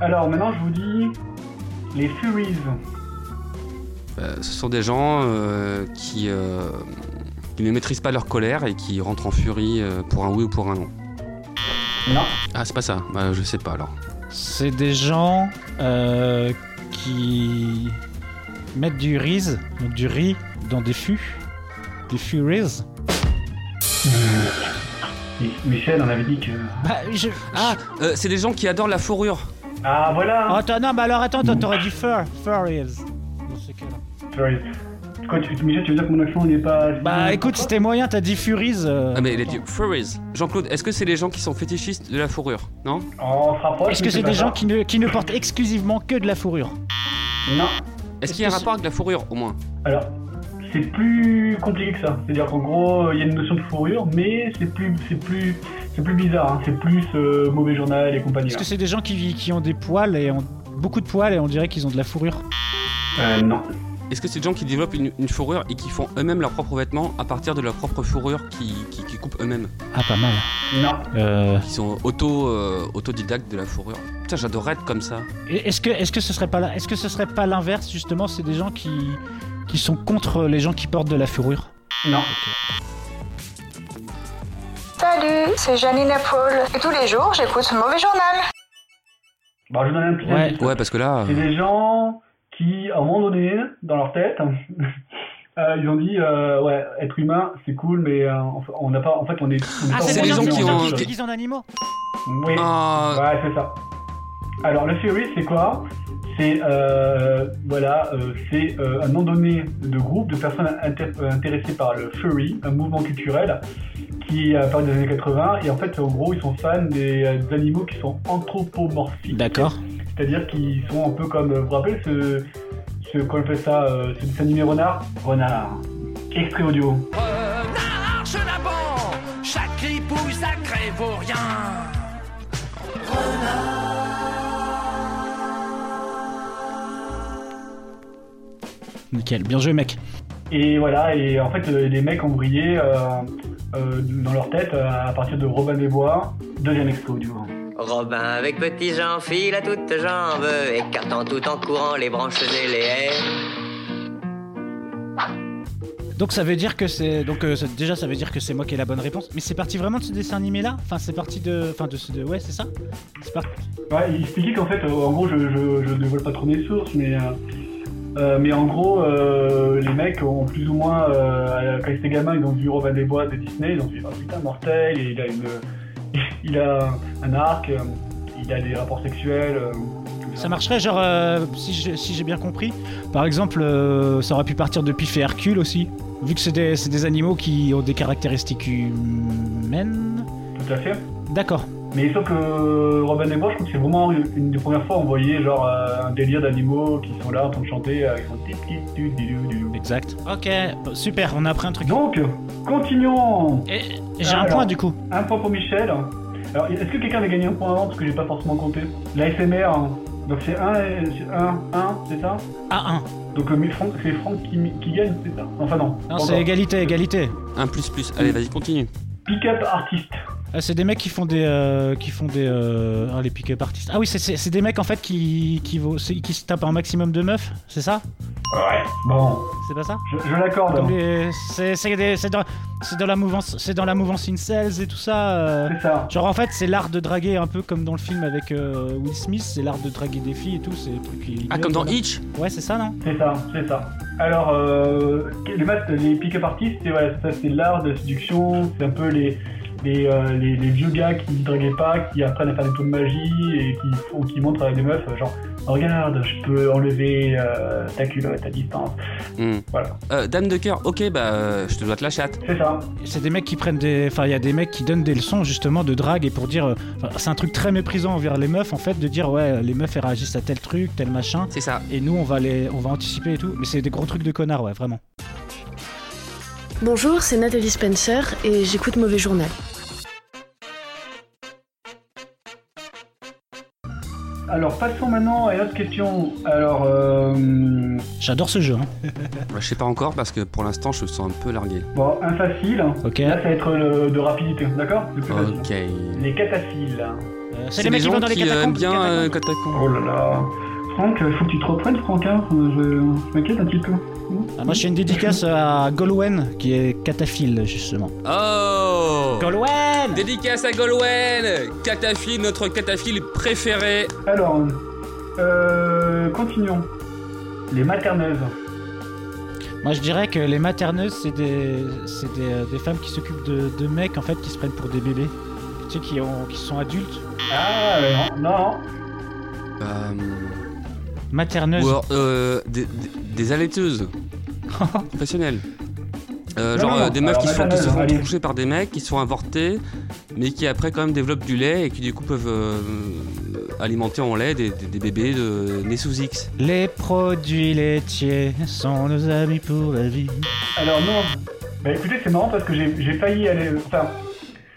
Speaker 6: Alors, maintenant, je vous dis... Les Furies.
Speaker 4: Euh, ce sont des gens euh, qui, euh, qui ne maîtrisent pas leur colère et qui rentrent en furie euh, pour un oui ou pour un non.
Speaker 6: Non.
Speaker 4: Ah, c'est pas ça. Bah, je sais pas alors.
Speaker 3: C'est des gens euh, qui mettent du riz, donc du riz, dans des fûts. Des fûts riz.
Speaker 6: Euh, Michel, on avait dit que...
Speaker 3: Bah,
Speaker 4: Ah, euh, c'est des gens qui adorent la fourrure.
Speaker 6: Ah, voilà
Speaker 3: Oh, attends, non, bah alors attends, toi, t'aurais dit fur, fur riz. Dans ce cas-là.
Speaker 6: Furies. Quoi, tu, Michel, tu veux dire que mon accent, il est pas...
Speaker 3: Bah écoute, c'était moyen, t'as dit euh. furies.
Speaker 6: Euh,
Speaker 4: Ah, mais il a dit furries. Jean-Claude, est-ce que c'est les gens qui sont fétichistes de la fourrure Non
Speaker 6: On se rapproche,
Speaker 3: Est-ce que
Speaker 6: mais
Speaker 3: c'est
Speaker 6: pas
Speaker 3: des
Speaker 6: ça.
Speaker 3: gens qui ne, qui ne portent exclusivement que de la fourrure
Speaker 6: Non.
Speaker 4: Est-ce qu'il y a un rapport avec la fourrure au moins
Speaker 6: Alors, c'est plus compliqué que ça. C'est-à-dire qu'en gros, il y a une notion de fourrure, mais c'est plus, c'est plus, c'est plus bizarre. hein. C'est plus euh, mauvais journal et compagnie.
Speaker 3: Est-ce
Speaker 6: là.
Speaker 3: que c'est des gens qui, qui ont des poils et ont beaucoup de poils et on dirait qu'ils ont de la fourrure
Speaker 6: Euh, non.
Speaker 4: Est-ce que c'est des gens qui développent une, une fourrure et qui font eux-mêmes leurs propres vêtements à partir de leur propre fourrure qui, qui, qui coupent eux-mêmes
Speaker 3: Ah, pas mal.
Speaker 6: Non.
Speaker 3: Euh...
Speaker 4: Ils sont auto, euh, autodidactes de la fourrure. Putain, j'adorerais être comme ça.
Speaker 3: Et Est-ce que, est que ce serait pas là- est-ce que ce serait pas l'inverse justement C'est des gens qui, qui sont contre les gens qui portent de la fourrure.
Speaker 6: Non.
Speaker 13: Salut, c'est Janine Paul. Et tous les jours, j'écoute Mauvais Journal.
Speaker 6: Bon, je vous donne un petit indice.
Speaker 4: Ouais, parce que là.
Speaker 6: C'est
Speaker 4: euh,
Speaker 6: des gens qui, à un moment donné, dans leur tête, euh, ils ont dit euh, ouais, être humain, c'est cool, mais euh, on n'a pas. En fait, on est. on est pas
Speaker 3: Ah, c'est
Speaker 6: bon
Speaker 3: des gens
Speaker 6: dans
Speaker 3: qui
Speaker 6: ce
Speaker 3: sont
Speaker 6: genre de choses.
Speaker 3: déguisés en animaux
Speaker 6: Oui.
Speaker 4: Ah,
Speaker 6: Ouais, c'est ça. Alors, le Fury, c'est quoi C'est euh, voilà, euh, c'est euh, un nom donné de groupe de personnes inter- euh, intéressées par le Fury, un mouvement culturel qui a apparu dans les années 80. Et en fait, en gros, ils sont fans des, euh, des animaux qui sont anthropomorphiques.
Speaker 3: D'accord.
Speaker 6: C'est-à-dire qu'ils sont un peu comme. Vous vous rappelez ce. ce qu'on appelle ça euh, Ce dessin animé renard Renard. Extrait audio.
Speaker 14: Marche là-bas, chaque gripouille sacrée vaut rien.
Speaker 3: Nickel, bien joué mec.
Speaker 6: Et voilà, et en fait, euh, les mecs ont brillé euh, euh, dans leur tête euh, à partir de Robin des Bois, deuxième expo du jour.
Speaker 7: Robin avec petits gens file à toutes jambes, Euh, écartant tout en courant les branches et les haies.
Speaker 3: Donc ça veut dire que c'est donc euh, ça- déjà ça veut dire que c'est moi qui ai la bonne réponse. Mais c'est parti vraiment de ce dessin animé là Enfin c'est parti de enfin de ce de ouais c'est ça C'est parti.
Speaker 6: Ouais, il expliquait qu'en fait, euh, en gros, je, je, je dévoile pas trop mes sources, mais euh,
Speaker 9: Euh, mais en gros, euh, les mecs ont plus ou moins, euh, quand ils étaient gamins, ils ont vu Robin des Bois de Disney, ils ont vu Ah putain mortel, et il a une, il a un arc, euh, il a des rapports sexuels. euh,
Speaker 3: Ça marcherait, genre, euh, si j'ai si j'ai bien compris, par exemple, euh, ça aurait pu partir de Pif et Hercule aussi, vu que c'est des, c'est des animaux qui ont des caractéristiques humaines.
Speaker 9: Tout à fait.
Speaker 3: D'accord.
Speaker 9: Mais sauf que Robin des Bois, je trouve que c'est vraiment une des premières fois où on voyait genre euh, un délire d'animaux qui sont là en train de chanter, euh, qui font tit, tit, tu, dilou, dilou.
Speaker 3: Exact. Ok, super, on a appris un truc.
Speaker 9: Donc, continuons
Speaker 3: J'ai un point du coup.
Speaker 9: Un point pour Michel. Alors, est-ce que quelqu'un a gagné un point avant Parce que j'ai pas forcément compté. L'ASMR, hein. donc c'est 1, 1, 1, c'est ça
Speaker 3: Ah,
Speaker 9: 1. Donc, euh, mais Franck- c'est Franck qui, qui gagne, c'est ça Enfin, non.
Speaker 3: Non,
Speaker 9: Pas
Speaker 3: c'est
Speaker 9: encore.
Speaker 3: égalité, égalité.
Speaker 4: Un plus plus. Allez, vas-y, continue.
Speaker 9: Pick-up artiste.
Speaker 3: Ah, c'est des mecs qui font des. euh, qui font des. euh, ah, les pick-up artistes. Ah oui, c'est- c'est c'est des mecs en fait qui. qui, vont- c'est- qui se tapent un maximum de meufs, c'est ça
Speaker 9: Ouais, bon.
Speaker 3: C'est pas ça
Speaker 9: Je, je l'accorde.
Speaker 3: Comme les- C'est c'est des- c'est dans, c'est dans la mouvance, c'est dans la mouvance incels et tout ça. euh, Genre en fait, c'est l'art de draguer un peu comme dans le film avec euh, Will Smith, c'est l'art de draguer des filles et tout, c'est des trucs qui-
Speaker 4: Ah, comme dans
Speaker 3: voilà.
Speaker 4: Hitch
Speaker 3: Ouais, c'est ça, non
Speaker 9: C'est ça, c'est ça. Alors, euh, les maths, les pick-up artistes, c'est voilà, ça, c'est l'art de la séduction, c'est un peu les, les, euh, les, les vieux gars qui ne draguaient pas, qui apprennent à faire des tours de magie et qui, font- qui montrent à des meufs, genre, regarde, je peux enlever euh, ta culotte à distance.
Speaker 4: Hmm.
Speaker 9: Voilà.
Speaker 4: Euh, Dame de cœur, ok, bah euh, je te dois te la chatte.
Speaker 9: C'est ça.
Speaker 3: C'est des mecs qui prennent des. Enfin, il y a des mecs qui donnent des leçons justement de drague et pour dire. euh, enfin, c'est un truc très méprisant envers les meufs en fait, de dire ouais, les meufs elles réagissent à tel truc, tel machin.
Speaker 4: C'est ça.
Speaker 3: Et nous on va les, on va anticiper et tout. Mais c'est des gros trucs de connards, ouais, vraiment.
Speaker 7: Bonjour, c'est Nathalie Spencer et j'écoute Mauvais Journal.
Speaker 9: Alors, passons maintenant à une autre question. Alors, euh,
Speaker 3: J'adore ce jeu. hein.
Speaker 4: Bah, je sais pas encore parce que pour l'instant je me sens un peu largué.
Speaker 9: bon, un facile.
Speaker 3: Ok. Euh,
Speaker 9: Là, ça va être le, de rapidité, d'accord Le plus facile.
Speaker 4: Ok.
Speaker 9: Les cataciles.
Speaker 4: des gens qui, euh, aiment bien euh, catacombes.
Speaker 9: Oh là là. Franck, faut que tu te reprennes, Franck, hein. Euh, je, je m'inquiète un petit peu.
Speaker 3: Ah, moi je fais une dédicace à Golwen qui est cataphile justement.
Speaker 4: Oh
Speaker 3: Golwen
Speaker 4: Dédicace à Golwen Cataphile, notre cataphile préféré.
Speaker 9: Alors, euh, continuons. Les materneuses.
Speaker 3: Moi, je dirais que les materneuses, c'est des, c'est des, euh, des femmes qui s'occupent de, de mecs en fait qui se prennent pour des bébés. Tu sais, qui, ont, qui sont adultes.
Speaker 9: Ah, euh, non,
Speaker 4: Bah, hum.
Speaker 3: Materneuses.
Speaker 4: Ou alors, euh, des, des- des allaiteuses professionnelles. Euh,
Speaker 3: Non,
Speaker 4: genre
Speaker 3: non, non.
Speaker 4: euh, des meufs qui,
Speaker 3: Alors,
Speaker 4: sont, qui se
Speaker 3: materneuses,
Speaker 4: font
Speaker 3: allez.
Speaker 4: toucher par des mecs, qui sont avortés, mais qui après quand même développent du lait et qui du coup peuvent euh, euh, alimenter en lait des, des- des bébés de, nés sous X.
Speaker 3: Les produits laitiers sont nos amis pour la vie.
Speaker 9: Alors non. Bah écoutez, c'est marrant parce que j'ai j'ai failli aller. Enfin,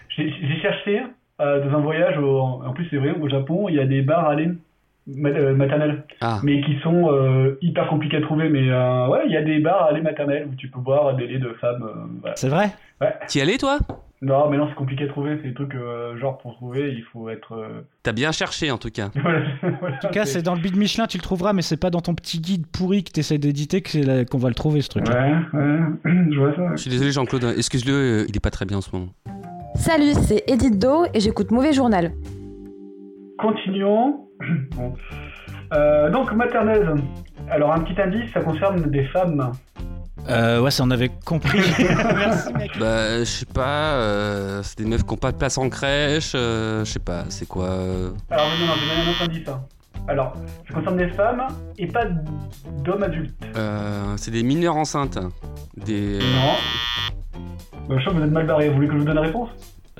Speaker 9: j'ai j'ai cherché euh, dans un voyage. Au, en plus, c'est vrai, au Japon, il y a des bars à lait mat- euh, maternelles,
Speaker 4: Ah.
Speaker 9: mais qui sont euh, hyper compliqués à trouver. Mais euh, ouais, il y a des bars à lait maternelles où tu peux boire des laits de femmes. euh, voilà.
Speaker 3: C'est vrai
Speaker 9: Ouais.
Speaker 4: T'y allais toi
Speaker 9: Non, mais non, c'est compliqué à trouver. C'est des trucs euh, genre pour trouver, il faut être. euh,
Speaker 4: T'as bien cherché en tout cas.
Speaker 3: En
Speaker 4: Ah,
Speaker 3: tout cas, c'est dans le bid Michelin, tu le trouveras, mais c'est pas dans ton petit guide pourri que t'essayes d'éditer que c'est là- qu'on va le trouver ce truc.
Speaker 9: je vois ça.
Speaker 4: Je suis désolé Jean-Claude, excuse-le, euh, il est pas très bien en ce moment.
Speaker 7: Salut, c'est Edith Do et j'écoute Mauvais Journal.
Speaker 9: Continuons. Bon. Euh, donc, maternelle. Alors, un petit indice, ça concerne des femmes.
Speaker 3: Euh, ouais, ça on avait compris.
Speaker 4: Bah, je sais pas, euh, c'est des meufs qui ont pas de place en crèche, euh, je sais pas, c'est quoi. euh,
Speaker 9: Alors, non, non, j'ai donné un autre indice. hein. Alors, ça concerne des femmes et pas d'hommes adultes.
Speaker 4: euh, c'est des mineurs enceintes. Des.
Speaker 9: Non. Bah, je sens que vous êtes mal barré. Vous voulez que je vous donne la réponse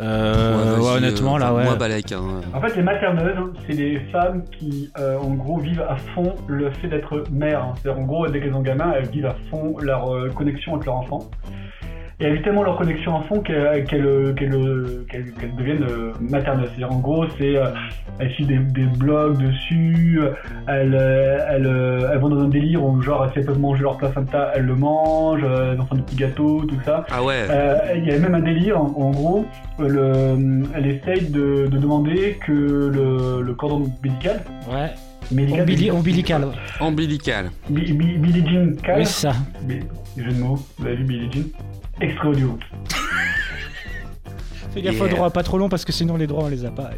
Speaker 3: Euh,
Speaker 4: vas-y,
Speaker 3: ouais, honnêtement,
Speaker 4: euh,
Speaker 3: là, ouais.
Speaker 4: Moi, Balek. Hein.
Speaker 9: En fait, les materneuses, c'est des femmes qui, euh, en gros, vivent à fond le fait d'être mère. C'est-à-dire, en gros, dès qu'elles ont gamin, elles vivent à fond leur euh, connexion avec leur enfant. Et elles vivent tellement leur connexion à fond qu'elles qu'elles, euh, qu'elles, euh, qu'elles- qu'elles deviennent euh, materneuses. C'est-à-dire, en gros, c'est, euh, elles suivent des, des blogs dessus, elles, euh, elles, euh, elles vont dans un délire où, genre, si elles peuvent manger leur placenta, elles le mangent, euh, elles en font des petits gâteaux, tout ça.
Speaker 4: Ah ouais.
Speaker 9: Euh, Il y a même un délire, en, en gros, euh, le, elle essaye de, de demander que le, le cordon médical.
Speaker 4: bah-
Speaker 3: Ouais.
Speaker 9: Médical.
Speaker 3: Ombili- ombilical. ouais.
Speaker 4: Ombilical.
Speaker 9: Bi- bi- Billie Jean Cal.
Speaker 3: Oui, c'est ça.
Speaker 9: Mais, jeu de mots, vous avez vu Billie Jean Extra audio.
Speaker 3: Fais gaffe aux
Speaker 9: Yeah.
Speaker 3: droits, pas trop long parce que sinon les droits on les a pas.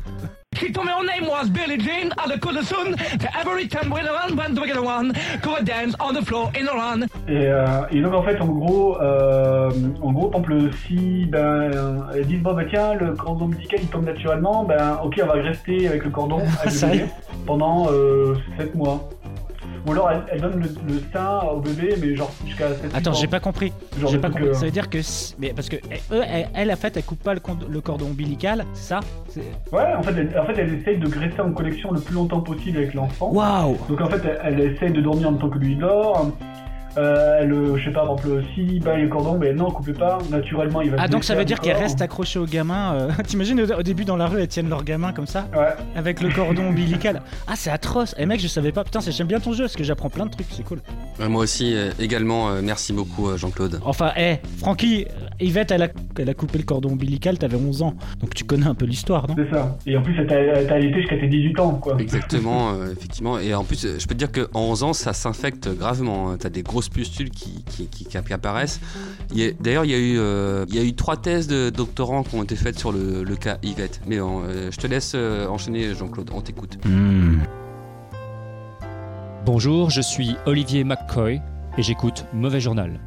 Speaker 15: she told me her name was Billie Jean and I could have soon that every time we run, when we get one, could dance on the floor in a run.
Speaker 9: Et, euh, et donc en fait en gros, euh, en gros par exemple si ben, ils disent bon bah tiens le cordon médical il tombe naturellement, ben ok on va rester avec le cordon avec le
Speaker 3: Ça y
Speaker 9: bébé pendant 7 mois. Ou alors elle, elle donne le, le sein au bébé mais genre jusqu'à 7
Speaker 3: Attends, j'ai pas compris.
Speaker 9: Genre
Speaker 3: J'ai
Speaker 9: le
Speaker 3: pas
Speaker 9: truc,
Speaker 3: compris.
Speaker 9: euh,
Speaker 3: Ça veut dire que. si- Mais parce que. eh, Eux, elle, elle, en fait, elle coupe pas le, cond- le cordon ombilical, c'est ça C'est-
Speaker 9: Ouais, en fait, elle, en fait, elle essaye de rester en connexion le plus longtemps possible avec l'enfant.
Speaker 3: Waouh
Speaker 9: Donc en fait, elle, elle essaye de dormir en même temps que lui dort. Euh, elle, euh, je sais pas, par exemple, si bah, le cordon, ben non, coupez pas, naturellement, il va
Speaker 3: Ah,
Speaker 9: se
Speaker 3: donc ça
Speaker 9: défaire
Speaker 3: veut
Speaker 9: du
Speaker 3: dire qu'elle
Speaker 9: corps.
Speaker 3: reste accrochée au gamin. euh, T'imagines, au, au début, dans la rue, elles tiennent leur gamin comme ça Avec le cordon ombilical. Ah, c'est atroce. Eh, mec, je savais pas. Putain, c'est- j'aime bien ton jeu parce que j'apprends plein de trucs, c'est cool.
Speaker 4: Ouais, moi aussi, euh, également, euh, merci beaucoup euh, Jean-Claude.
Speaker 3: Enfin, eh, Francky, Yvette, elle a, elle a coupé le cordon ombilical, t'avais 11 ans. Donc tu connais un peu l'histoire, non
Speaker 9: C'est ça. Et en plus, elle t'a- elle t'a allaité jusqu'à tes 18 ans, quoi.
Speaker 4: Exactement, euh, effectivement. Et en plus, euh, je peux te dire qu'en 11 ans, ça s'infecte gravement. hein. T'as des grosses pustules qui, qui, qui- qui apparaissent. Il y a- D'ailleurs, il y, a eu, euh, il y a eu trois thèses de doctorants qui ont été faites sur le, le cas Yvette. Mais bon, euh, je te laisse euh, enchaîner, Jean-Claude. On t'écoute.
Speaker 16: Hmm. Bonjour, je suis Olivier McCoy et j'écoute Mauvais Journal.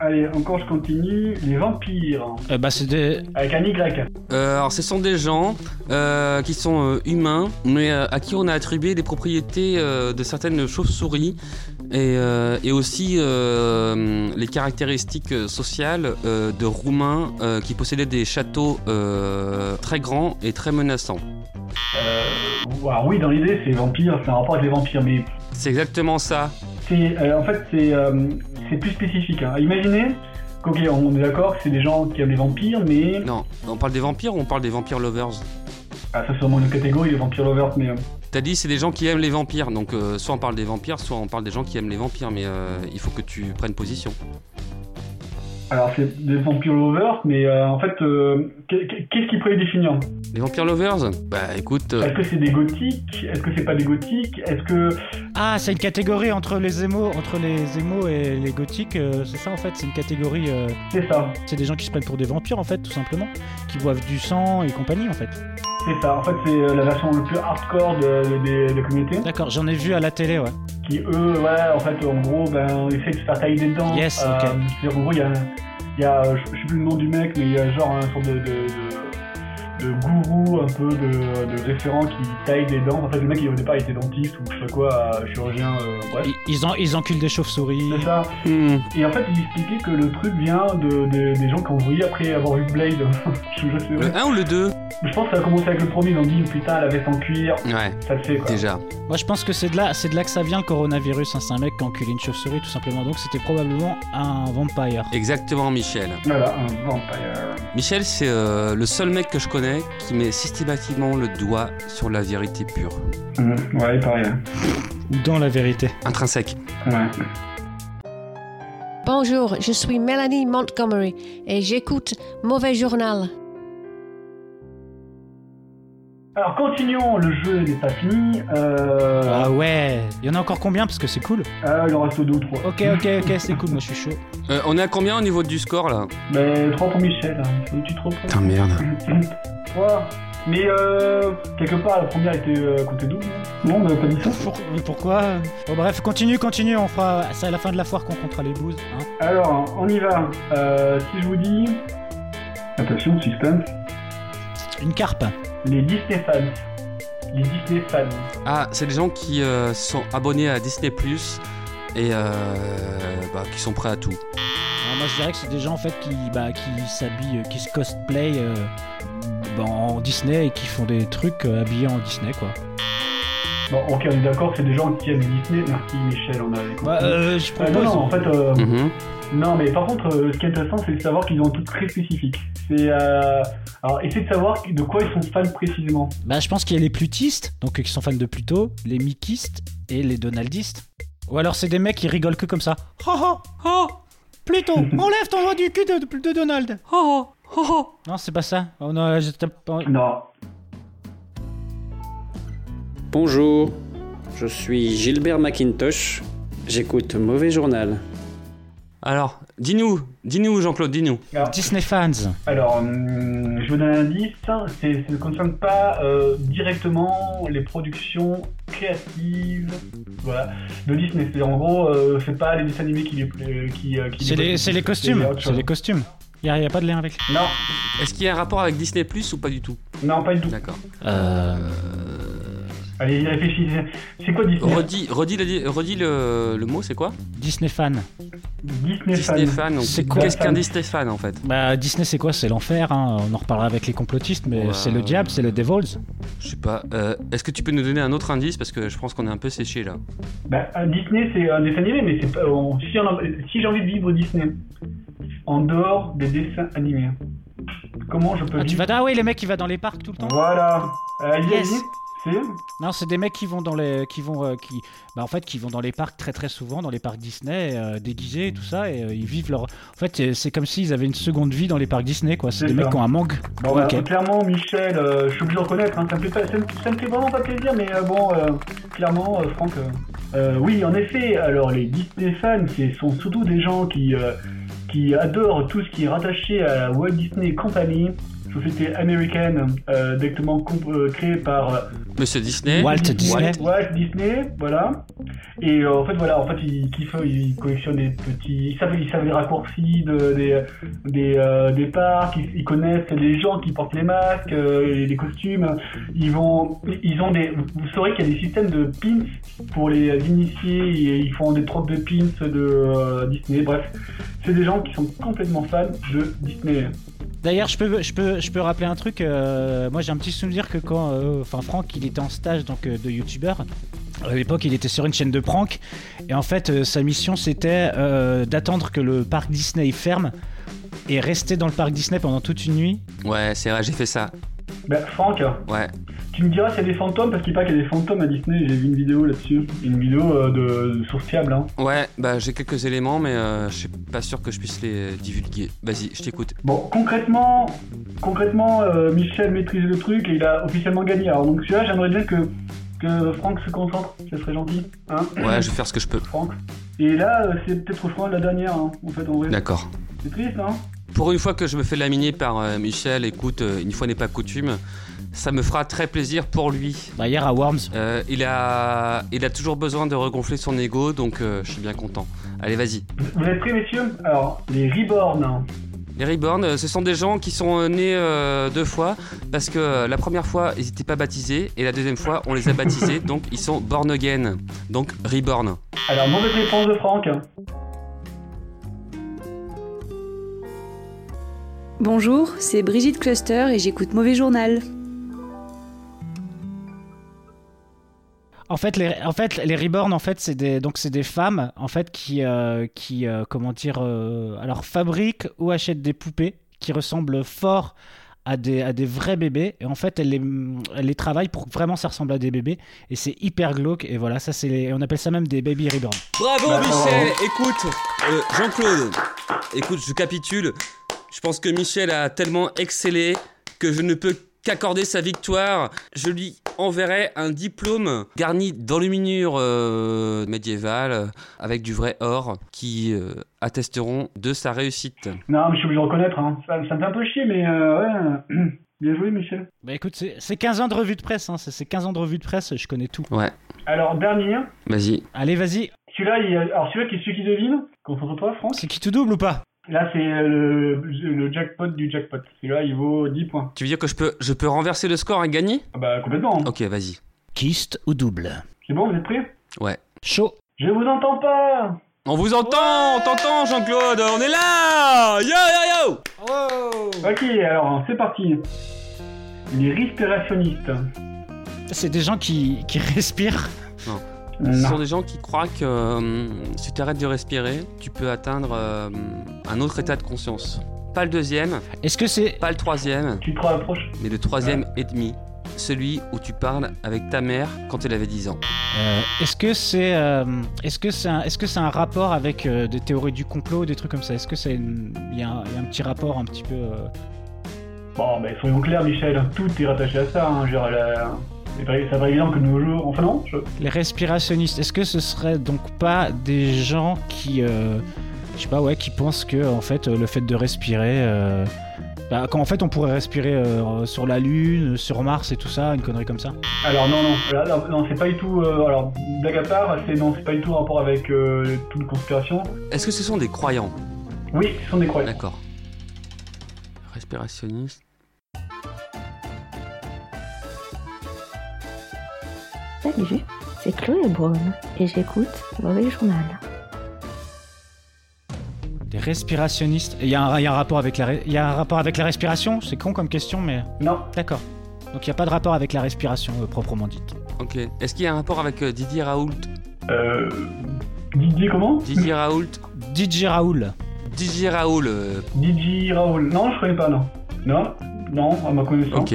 Speaker 9: Allez, encore, je continue. Les vampires.
Speaker 3: bah, c'est des.
Speaker 9: Avec un Y.
Speaker 4: Euh, alors, ce sont des gens euh, qui sont euh, humains, mais euh, à qui on a attribué des propriétés euh, de certaines chauves-souris et, euh, et aussi euh, les caractéristiques euh, sociales euh, de Roumains euh, qui possédaient des châteaux euh, très grands et très menaçants.
Speaker 9: Euh, Alors oui, dans l'idée, c'est vampire, c'est un rapport avec les vampires, mais
Speaker 4: C'est exactement ça.
Speaker 9: c'est, euh, en fait, c'est, euh, c'est plus spécifique. hein. Imaginez, ok, on est d'accord que c'est des gens qui aiment les vampires, mais...
Speaker 4: Non, on parle des vampires ou on parle des vampires lovers
Speaker 9: Ah, ça, c'est vraiment une catégorie, les vampires lovers, mais... euh,
Speaker 4: T'as dit c'est des gens qui aiment les vampires, donc euh, soit on parle des vampires, soit on parle des gens qui aiment les vampires, mais euh, il faut que tu prennes position.
Speaker 9: Alors, c'est des vampires lovers, mais euh, en fait, euh, qu'est- qu'est-ce qui pourrait les définir
Speaker 4: Les vampires lovers Bah écoute... euh,
Speaker 9: Est-ce que c'est des gothiques Est-ce que c'est pas des gothiques Est-ce que...
Speaker 3: Ah, c'est une catégorie entre les émos, entre les émos et les gothiques. euh, c'est ça en fait, c'est une catégorie. euh,
Speaker 9: C'est ça.
Speaker 3: C'est des gens qui se prennent pour des vampires en fait, tout simplement, qui boivent du sang et compagnie en fait.
Speaker 9: C'est ça, en fait, c'est euh, la version le plus hardcore de, de, de la communauté.
Speaker 3: D'accord, j'en ai vu à la télé, ouais.
Speaker 9: Qui, eux, ouais, en fait, en gros, ben, ils essayent de se faire tailler des dents.
Speaker 3: Yes,
Speaker 9: Euh,
Speaker 3: ok.
Speaker 9: C'est-à-dire, en gros, il y a, il y a, euh, je je sais plus le nom du mec, mais il y a genre un sorte de... de, de- de gourou un peu de, de référent qui taille des dents en fait le mec il, au départ il était dentiste ou je sais pas quoi euh, chirurgien euh, bref
Speaker 3: Ils, ils en- ils enculent des chauves-souris.
Speaker 9: C'est ça. Et en fait, il expliquait que le truc vient de, de- des gens qui ont brûlé après avoir vu Blade. je vous jure, c'est vrai.
Speaker 4: Le 1 ou le 2
Speaker 9: Je pense que ça a commencé avec le premier, ils ont dit oh, putain, la veste en cuir.
Speaker 4: Ouais.
Speaker 9: Ça le fait quoi.
Speaker 4: Déjà.
Speaker 3: Moi je pense que c'est de là, c'est de là que ça vient le coronavirus. hein, C'est un mec qui a enculé une chauve-souris tout simplement. Donc c'était probablement un vampire.
Speaker 4: Exactement, Michel.
Speaker 9: Voilà, un vampire.
Speaker 4: Michel, c'est euh, le seul mec que je connais qui met systématiquement le doigt sur la vérité pure.
Speaker 9: Mm, ouais, pareil.
Speaker 3: Dans la vérité.
Speaker 4: Intrinsèque.
Speaker 9: Ouais.
Speaker 17: Bonjour, je suis Mélanie Montgomery et j'écoute Mauvais Journal.
Speaker 9: Alors continuons, le jeu n'est pas fini. Euh...
Speaker 3: Ah ouais. Il y en a encore combien parce que c'est cool.
Speaker 9: Ah, il en reste deux ou trois.
Speaker 3: Ok, ok, ok, c'est cool. Moi je suis chaud.
Speaker 4: Euh, on est à combien au niveau du score là
Speaker 9: Mais trois pour Michel, hein. Faut que tu te reprennes.
Speaker 4: Putain, merde.
Speaker 9: Trois. Mais euh, quelque part, la première était euh, comptée double. Non, mais pas dit ça.
Speaker 3: Mais pourquoi Bon, Bref, continue, continue. On fera. C'est à la fin de la foire qu'on comptera les bouses. hein.
Speaker 9: Alors, on y va. Euh, si je vous dis. Attention, suspense.
Speaker 3: Une carpe.
Speaker 9: Les Disney fans. Les Disney fans.
Speaker 4: Ah, c'est des gens qui euh, sont abonnés à Disney Plus et euh, bah, qui sont prêts à tout.
Speaker 3: Alors, moi je dirais que c'est des gens en fait qui, bah, qui s'habillent, euh, qui se cosplay euh, bah, en Disney et qui font des trucs euh, habillés en Disney quoi.
Speaker 9: Bon, ok, on est d'accord, c'est des gens qui aiment Disney. Merci Michel, on a les
Speaker 3: Bah, euh, je propose-
Speaker 9: non, non, en fait. euh,
Speaker 4: Mhm. Mm-hmm.
Speaker 9: Non, mais par contre, euh, ce qui est intéressant, c'est de savoir qu'ils ont un truc très spécifique. C'est. euh, Alors, essayez de savoir de quoi ils sont fans précisément.
Speaker 3: Bah je pense qu'il y a les plutistes, donc euh, qui sont fans de Pluto, les Mickeyistes et les Donaldistes. Ou alors c'est des mecs qui rigolent que comme ça. Oh oh oh Pluto, enlève ton doigt du cul de, de- de Donald. Oh oh oh oh. Non c'est pas ça. Oh, non, je tape pas.
Speaker 9: Non.
Speaker 18: Bonjour, je suis Gilbert McIntosh, j'écoute Mauvais Journal.
Speaker 4: Alors, Dis-nous, dis-nous, Jean-Claude, dis-nous.
Speaker 3: Disney fans.
Speaker 9: Alors, hum, je vous donne un indice, c'est- ça ne concerne pas euh, directement les productions créatives voilà, de Disney. C'est en gros, euh, c'est pas les dessins animés qui les. pla- Qui, euh, qui
Speaker 3: C'est les,
Speaker 9: les produisent,
Speaker 3: c'est les costumes.
Speaker 9: autre
Speaker 3: C'est
Speaker 9: chose.
Speaker 3: les costumes. Il n'y a, pas de lien avec.
Speaker 9: Non.
Speaker 4: Est-ce qu'il y a un rapport avec Disney Plus ou pas du tout
Speaker 9: Non, pas du tout.
Speaker 4: D'accord.
Speaker 3: Euh,
Speaker 9: Allez, réfléchissez. C'est quoi Disney
Speaker 4: Redis, redis le- redis le, le mot, c'est quoi
Speaker 3: Disney fan.
Speaker 9: Disney,
Speaker 4: Disney fan. donc,
Speaker 3: C'est quoi
Speaker 4: Qu'est-ce qu'un Disney fan en fait
Speaker 3: Bah, Disney, c'est quoi C'est l'enfer. hein. On en reparlera avec les complotistes, mais
Speaker 4: Ouais.
Speaker 3: c'est le diable, c'est le Devils.
Speaker 4: Je sais pas. euh, Est-ce que tu peux nous donner un autre indice Parce que je pense qu'on est un peu séché là.
Speaker 9: Bah, un Disney, c'est un dessin animé, mais c'est pas. on- si on en- si j'ai envie de vivre Disney, en dehors des dessins animés, comment je peux
Speaker 3: Ah, tu
Speaker 9: vivre
Speaker 3: vas ah oui, les mecs qui vont dans les parcs tout le temps.
Speaker 9: Voilà. Euh, il y a
Speaker 3: Yes.
Speaker 9: une- C'est
Speaker 3: Non, c'est des mecs qui vont dans les, qui vont, euh, qui, bah en fait, qui vont dans les parcs très très souvent, dans les parcs Disney, euh, déguisés et tout ça, et euh, ils vivent leur. En fait, euh, c'est comme s'ils avaient une seconde vie dans les parcs Disney, quoi. C'est
Speaker 9: C'est
Speaker 3: des mecs
Speaker 9: ça.
Speaker 3: qui ont un manque.
Speaker 9: Bon,
Speaker 3: Ouais,
Speaker 9: bah,
Speaker 3: ok.
Speaker 9: clairement, Michel, euh, je suis obligé de reconnaître, hein, ça, me fait pas- ça, me- ça me fait vraiment pas plaisir, mais euh, bon, euh, clairement, euh, Franck. euh, euh, oui, en effet, alors les Disney fans, ce sont surtout des gens qui, euh, qui adorent tout ce qui est rattaché à Walt Disney Company, société américaine euh, directement comp- euh, créée par euh,
Speaker 4: Monsieur Disney.
Speaker 9: Walt Disney, voilà. Et euh, en fait, voilà, en fait, ils kiffent, ils collectionnent des petits. Ils savent, ils savent les raccourcis de- des, des, euh, des parcs, ils, ils connaissent les gens qui portent les masques, euh, et les costumes. Ils vont. Ils ont des. Vous saurez qu'il y a des systèmes de pins pour les initiés, et ils font des trottes de pins de euh, Disney. Bref, c'est des gens qui sont complètement fans de Disney.
Speaker 3: D'ailleurs, je peux, je, peux, je peux rappeler un truc. euh, moi, j'ai un petit souvenir que quand euh, enfin, Franck, il était en stage donc, euh, de youtubeur, à l'époque, il était sur une chaîne de prank. Et en fait, euh, sa mission, c'était euh, d'attendre que le parc Disney ferme et rester dans le parc Disney pendant toute une nuit.
Speaker 4: Ouais, c'est vrai, j'ai fait ça.
Speaker 9: Bah, Franck,
Speaker 4: Ouais.
Speaker 9: Tu me diras s'il y a des fantômes, parce qu'il paraît qu'il y a des fantômes à Disney, j'ai vu une vidéo là-dessus. Une vidéo euh, de, de source fiable, hein.
Speaker 4: Ouais, bah j'ai quelques éléments, mais euh, je suis pas sûr que je puisse les divulguer. Vas-y, je t'écoute.
Speaker 9: Bon, concrètement, concrètement euh, Michel maîtrise le truc et il a officiellement gagné. Alors donc celui-là, j'aimerais bien que, que Franck se concentre, ça serait gentil. Hein
Speaker 4: Ouais, je vais faire ce que je peux.
Speaker 9: Franck. Et là, euh, c'est peut-être Franck la dernière, hein, en fait, en vrai.
Speaker 4: D'accord.
Speaker 9: C'est triste, hein
Speaker 4: Pour une fois que je me fais laminer par euh, Michel, écoute, euh, une fois n'est pas coutume, ça me fera très plaisir pour lui.
Speaker 3: Bah, hier à Worms.
Speaker 4: Euh, il, a, il a toujours besoin de regonfler son ego, donc euh, je suis bien content. Allez, vas-y.
Speaker 9: Vous êtes prêts, messieurs Alors, les Reborn. hein.
Speaker 4: Les Reborn, euh, ce sont des gens qui sont euh, nés euh, deux fois, parce que euh, la première fois, ils n'étaient pas baptisés, et la deuxième fois, on les a baptisés, donc ils sont born again. Donc Reborn.
Speaker 9: Alors, mauvaise réponse de Franck.
Speaker 19: Bonjour, c'est Brigitte Cluster et j'écoute Mauvais Journal.
Speaker 3: En fait, les, en fait, les reborn, en fait, c'est des, donc c'est des femmes, en fait, qui, euh, qui, euh, comment dire, euh, alors fabriquent ou achètent des poupées qui ressemblent fort à des, à des vrais bébés. Et en fait, elles les, elles les travaillent pour que vraiment ça ressemble à des bébés. Et c'est hyper glauque. Et voilà, ça, c'est, les- on appelle ça même des baby reborn.
Speaker 4: Bravo
Speaker 3: Bah,
Speaker 4: Michel, écoute, euh, Jean-Claude, écoute, je capitule. Je pense que Michel a tellement excellé que je ne peux qu'accorder sa victoire. Je lui enverrai un diplôme garni d'enluminures euh, médiévales euh, avec du vrai or qui euh, attesteront de sa réussite.
Speaker 9: Non, mais je suis obligé de reconnaître, hein. ça, ça me fait un peu chier, mais euh, ouais. bien joué, Michel.
Speaker 3: Bah écoute, c'est, c'est 15 ans de revue de presse, hein, c'est, c'est 15 ans de revue de presse, je connais tout.
Speaker 4: Ouais,
Speaker 9: Alors, dernier.
Speaker 4: vas-y.
Speaker 3: Allez, vas-y.
Speaker 9: Celui-là, il... alors celui-là qui est celui qui devine, concentre-toi, Franck.
Speaker 3: C'est qui tout double ou pas
Speaker 9: Là, c'est euh, le... le jackpot du jackpot. Celui-là, il vaut 10 points.
Speaker 4: Tu veux dire que je peux, je peux renverser le score et gagner
Speaker 9: Bah complètement.
Speaker 4: Ok, vas-y.
Speaker 3: Kyste ou double
Speaker 9: C'est bon, vous êtes prêts
Speaker 4: Ouais.
Speaker 3: Chaud.
Speaker 9: Je vous entends pas
Speaker 4: On vous entend, on t'entend Jean-Claude, on est là Yo yo yo
Speaker 9: Ok, alors c'est parti. Les respirationnistes.
Speaker 3: C'est des gens qui, qui respirent.
Speaker 4: Non.
Speaker 9: Non.
Speaker 4: Ce sont des gens qui croient que euh, si tu arrêtes de respirer, tu peux atteindre euh, un autre état de conscience. Pas le deuxième.
Speaker 3: Est-ce que c'est.
Speaker 4: Pas le troisième.
Speaker 9: Tu te rapproches.
Speaker 4: Mais le troisième et demi. Celui où tu parles avec ta mère quand elle avait 10 ans.
Speaker 3: Euh, est-ce que c'est euh, est-ce que c'est un, est-ce que c'est un rapport avec euh, des théories du complot, des trucs comme ça Est-ce que c'est une- il y, a un- il y a un petit rapport un petit peu euh,
Speaker 9: Bon, ben soyons clairs, Michel, tout est rattaché à ça. Hein. Genre, la... c'est pas c'est pas évident que de nos jours. Enfin, non je-
Speaker 3: les respirationnistes Est-ce que ce serait donc pas des gens qui euh, je sais pas, ouais, qui pensent que en fait euh, le fait de respirer, euh, bah, quand en fait on pourrait respirer euh, sur la Lune, sur Mars et tout ça, une connerie comme ça.
Speaker 9: Alors non, non, là, là, non, c'est pas du tout. euh, alors, blague à part, c'est non, c'est pas du tout en rapport avec euh, toute conspiration.
Speaker 4: Est-ce que ce sont des croyants
Speaker 9: Oui, ce sont des croyants.
Speaker 4: D'accord. Respirationniste.
Speaker 20: Salut, c'est Chloé Braun et j'écoute Mauvais Journal.
Speaker 3: Des respirationnistes. Il y, a un- il y a un rapport avec la, ré- il y a un rapport avec la respiration. C'est con comme question, mais
Speaker 9: non.
Speaker 3: D'accord. Donc il n'y a pas de rapport avec la respiration euh, proprement dite.
Speaker 4: Ok. Est-ce qu'il y a un rapport avec euh, Didier Raoult
Speaker 9: Euh. Didier comment
Speaker 4: Didier Raoult.
Speaker 3: Didier Raoul.
Speaker 4: Didier Raoul. euh,
Speaker 9: Didi Raoul. Non, je connais pas, non. Non, non, à ma connaissance.
Speaker 4: Ok.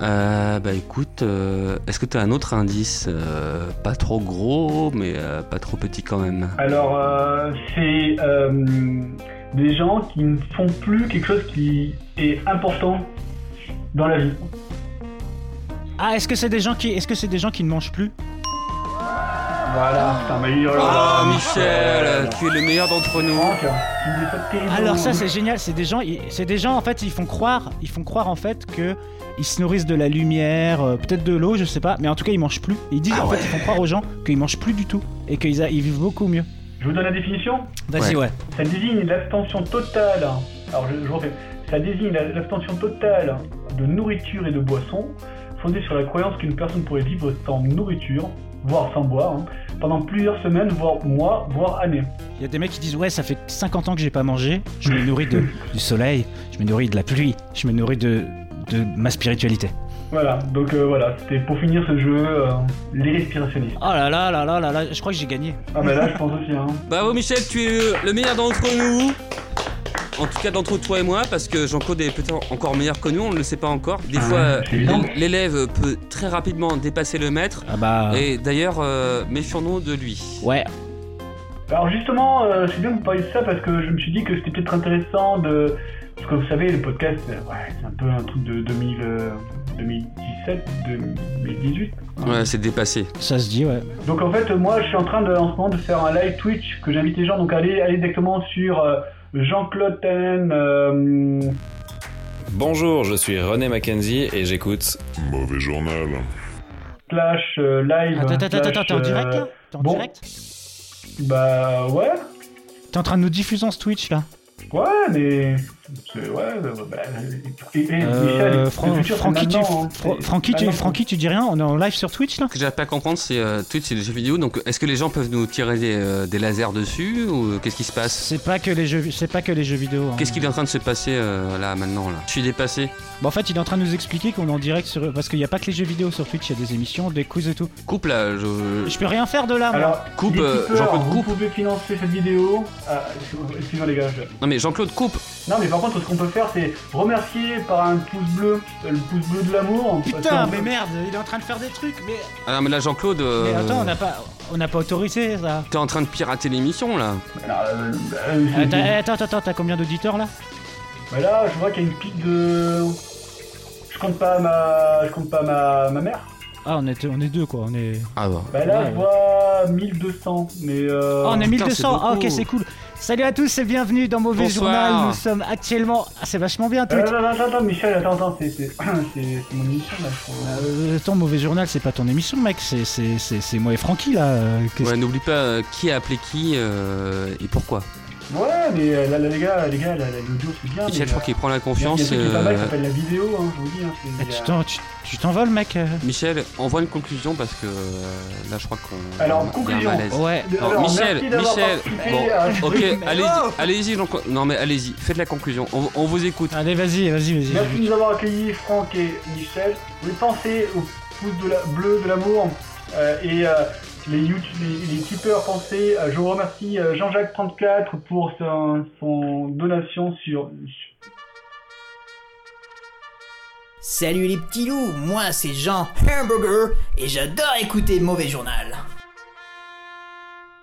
Speaker 4: Euh, bah écoute, euh, est-ce que t'as un autre indice euh, Pas trop gros, mais euh, pas trop petit quand même.
Speaker 9: Alors, euh, c'est euh, des gens qui ne font plus quelque chose qui est important dans la vie.
Speaker 3: Ah, est-ce que c'est des gens qui, est-ce que c'est des gens qui ne mangent plus Ah.
Speaker 9: Voilà. Putain, mais oh là là,
Speaker 4: Oh Michel, tu es le meilleur d'entre nous.
Speaker 9: hein.
Speaker 3: Alors ça c'est génial, c'est des gens, ils- c'est des gens en fait ils font croire, ils font croire en fait que ils se nourrissent de la lumière, euh, peut-être de l'eau, je sais pas, mais en tout cas ils mangent plus. Ils disent en fait ils font croire aux gens qu'ils mangent plus du tout et qu'ils a- ils vivent beaucoup mieux.
Speaker 9: Je vous donne la définition
Speaker 3: Vas-y ouais.
Speaker 9: Ça désigne l'abstention totale. Alors, je, je refais. Ça désigne la- l'abstention totale de nourriture et de boisson, fondée sur la croyance qu'une personne pourrait vivre sans nourriture, voire sans boire, hein, pendant plusieurs semaines, voire mois, voire années.
Speaker 3: Il y a des mecs qui disent ouais ça fait 50 ans que j'ai pas mangé, je me nourris de, du soleil, je me nourris de la pluie, je me nourris de, de ma spiritualité.
Speaker 9: Voilà, donc euh, voilà, c'était pour finir ce jeu, euh, les respirationnistes.
Speaker 3: Oh là là là là là là, je crois que j'ai gagné.
Speaker 9: Ah bah là, je pense aussi, hein.
Speaker 4: Bravo Michel, tu es euh, le meilleur d'entre nous. En tout cas d'entre toi et moi, parce que Jean-Claude est peut-être encore meilleur que nous, on ne le sait pas encore. Des fois, euh,
Speaker 9: c'est évident.
Speaker 4: l'élève peut très rapidement dépasser le maître.
Speaker 3: Ah bah.
Speaker 4: Et d'ailleurs, euh, méfions-nous de lui.
Speaker 3: Ouais.
Speaker 9: Alors justement, euh, c'est bien que vous parliez de ça parce que je me suis dit que c'était peut-être intéressant de... Parce que vous savez, le podcast, euh, ouais, c'est un peu un truc de 2000, euh, 2017, 2018.
Speaker 4: Ouais, c'est dépassé.
Speaker 3: Ça se dit ouais.
Speaker 9: Donc en fait, moi, je suis en train de, en ce moment de faire un live Twitch que j'invite les gens. Donc allez, allez directement sur euh, Jean-Claude Tannen. euh,
Speaker 21: Bonjour, je suis René Mackenzie et j'écoute Mauvais Journal.
Speaker 9: slash euh, live.
Speaker 3: Attends, attends,
Speaker 9: slash,
Speaker 3: attends, t'es en direct, là
Speaker 9: euh,
Speaker 3: T'es en
Speaker 9: bon.
Speaker 3: direct
Speaker 9: Bah ouais.
Speaker 3: T'es en train de nous diffuser en ce Twitch là
Speaker 9: Ouais, mais. c'est- Ouais, euh, bah, et, et- Michel,
Speaker 3: Euh,
Speaker 9: le
Speaker 3: Fran-
Speaker 9: futur, c'est
Speaker 3: Francky, tu,
Speaker 9: maintenant, hein.
Speaker 3: Fra-
Speaker 9: C'est-
Speaker 3: Francky,
Speaker 9: c'est
Speaker 3: tu,
Speaker 9: maintenant.
Speaker 3: Francky, tu dis rien On est en live sur Twitch là
Speaker 4: Ce que j'arrive pas à comprendre, c'est euh, Twitch, c'est des jeux vidéo, donc est-ce que les gens peuvent nous tirer des, euh, des lasers dessus ou euh, qu'est-ce qui se passe
Speaker 3: C'est pas que les jeux, c'est pas que les jeux vidéo. hein.
Speaker 4: Qu'est-ce qu'il est en train de se passer euh, là maintenant là Je suis dépassé.
Speaker 3: Bon, Bah, en fait, il est en train de nous expliquer qu'on est en direct sur, parce qu'il n'y a pas que les jeux vidéo sur Twitch, il y a des émissions, des quiz et tout.
Speaker 4: Coupe là, je.
Speaker 3: Je peux rien faire de là. moi.
Speaker 9: Alors,
Speaker 4: Coupe,
Speaker 9: les
Speaker 4: euh,
Speaker 9: tipeurs,
Speaker 4: Jean-Claude,
Speaker 9: vous pouvez financer cette vidéo. Ah, excuse- Excusez-moi les gars. je-
Speaker 4: Non mais Jean-Claude coupe
Speaker 9: Non mais par contre, ce qu'on peut faire, c'est remercier par un pouce bleu, euh, le pouce bleu de l'amour. parce
Speaker 3: Oh, Putain,
Speaker 9: qu'on-
Speaker 3: mais merde, il est en train de faire des trucs. Mais,
Speaker 4: Ah non mais là Jean-Claude. euh,
Speaker 3: mais attends, on n'a pas, on n'a pas autorisé ça.
Speaker 4: T'es en train de pirater l'émission là
Speaker 9: euh, c'est-
Speaker 3: Attends, attends, attends, t'as combien d'auditeurs là
Speaker 9: Bah là, je vois qu'il y a une pique de. Je compte pas ma, je compte pas ma, ma mère.
Speaker 3: Ah, on est, on est deux quoi, on est.
Speaker 4: Ah bah.
Speaker 9: Bah là,
Speaker 3: Ouais,
Speaker 9: je
Speaker 3: ouais.
Speaker 9: vois 1200, mais. Euh...
Speaker 3: Oh, on est 1200, ah, ok c'est cool. Salut à tous et bienvenue dans Mauvais
Speaker 9: Bonsoir.
Speaker 3: Journal. Nous sommes actuellement, ah, c'est vachement bien
Speaker 9: Euh,
Speaker 3: Twitch.
Speaker 9: attends, attends, attends, Michel, attends, attends, c'est c'est- c'est- c'est mon émission là, je crois.
Speaker 3: Euh, attends, Mauvais Journal, c'est pas ton émission mec, c'est- c'est c'est- c'est moi et Francky là. euh, qu'est-ce-
Speaker 4: Ouais, n'oublie pas euh, qui a appelé qui euh, et pourquoi.
Speaker 9: Ouais, mais euh, là, là, les gars, les gars, là, là, l'audio c'est bien. Ah, mais,
Speaker 4: Michel, je crois
Speaker 9: euh,
Speaker 4: qu'il prend la
Speaker 9: Il y a un
Speaker 4: confiance.
Speaker 9: truc qui est pas mal qui
Speaker 4: euh,
Speaker 9: s'appelle la vidéo, hein, je vous le dis. Hein, c'est- il y a-
Speaker 3: Attends, Bah, Eh, tu- tu t'envoles mec euh.
Speaker 4: Michel, envoie une conclusion parce que euh, là, je crois qu'on.
Speaker 9: Alors,
Speaker 4: il y a un
Speaker 9: conclusion.
Speaker 4: malaise.
Speaker 9: Ouais.
Speaker 4: Alors,
Speaker 9: Alors,
Speaker 4: Michel,
Speaker 9: merci d'avoir
Speaker 4: Michel.
Speaker 9: participé
Speaker 4: Bon,
Speaker 9: à ce
Speaker 4: ok,
Speaker 9: truc.
Speaker 4: allez-y, allez-y, Jean- Non, mais allez-y, faites la conclusion. On, on vous écoute.
Speaker 3: Allez, vas-y, vas-y, vas-y.
Speaker 9: Merci de nous avoir accueillis, Franck et Michel. Vous pensez au pouce de la... bleu de l'amour euh, et euh, les, YouTube, les, les tipeurs, pensez. euh, je vous remercie euh, Jean-Jacques34 pour son, son donation sur.
Speaker 22: Salut les petits loups, moi c'est Jean Hamburger et j'adore écouter Mauvais Journal.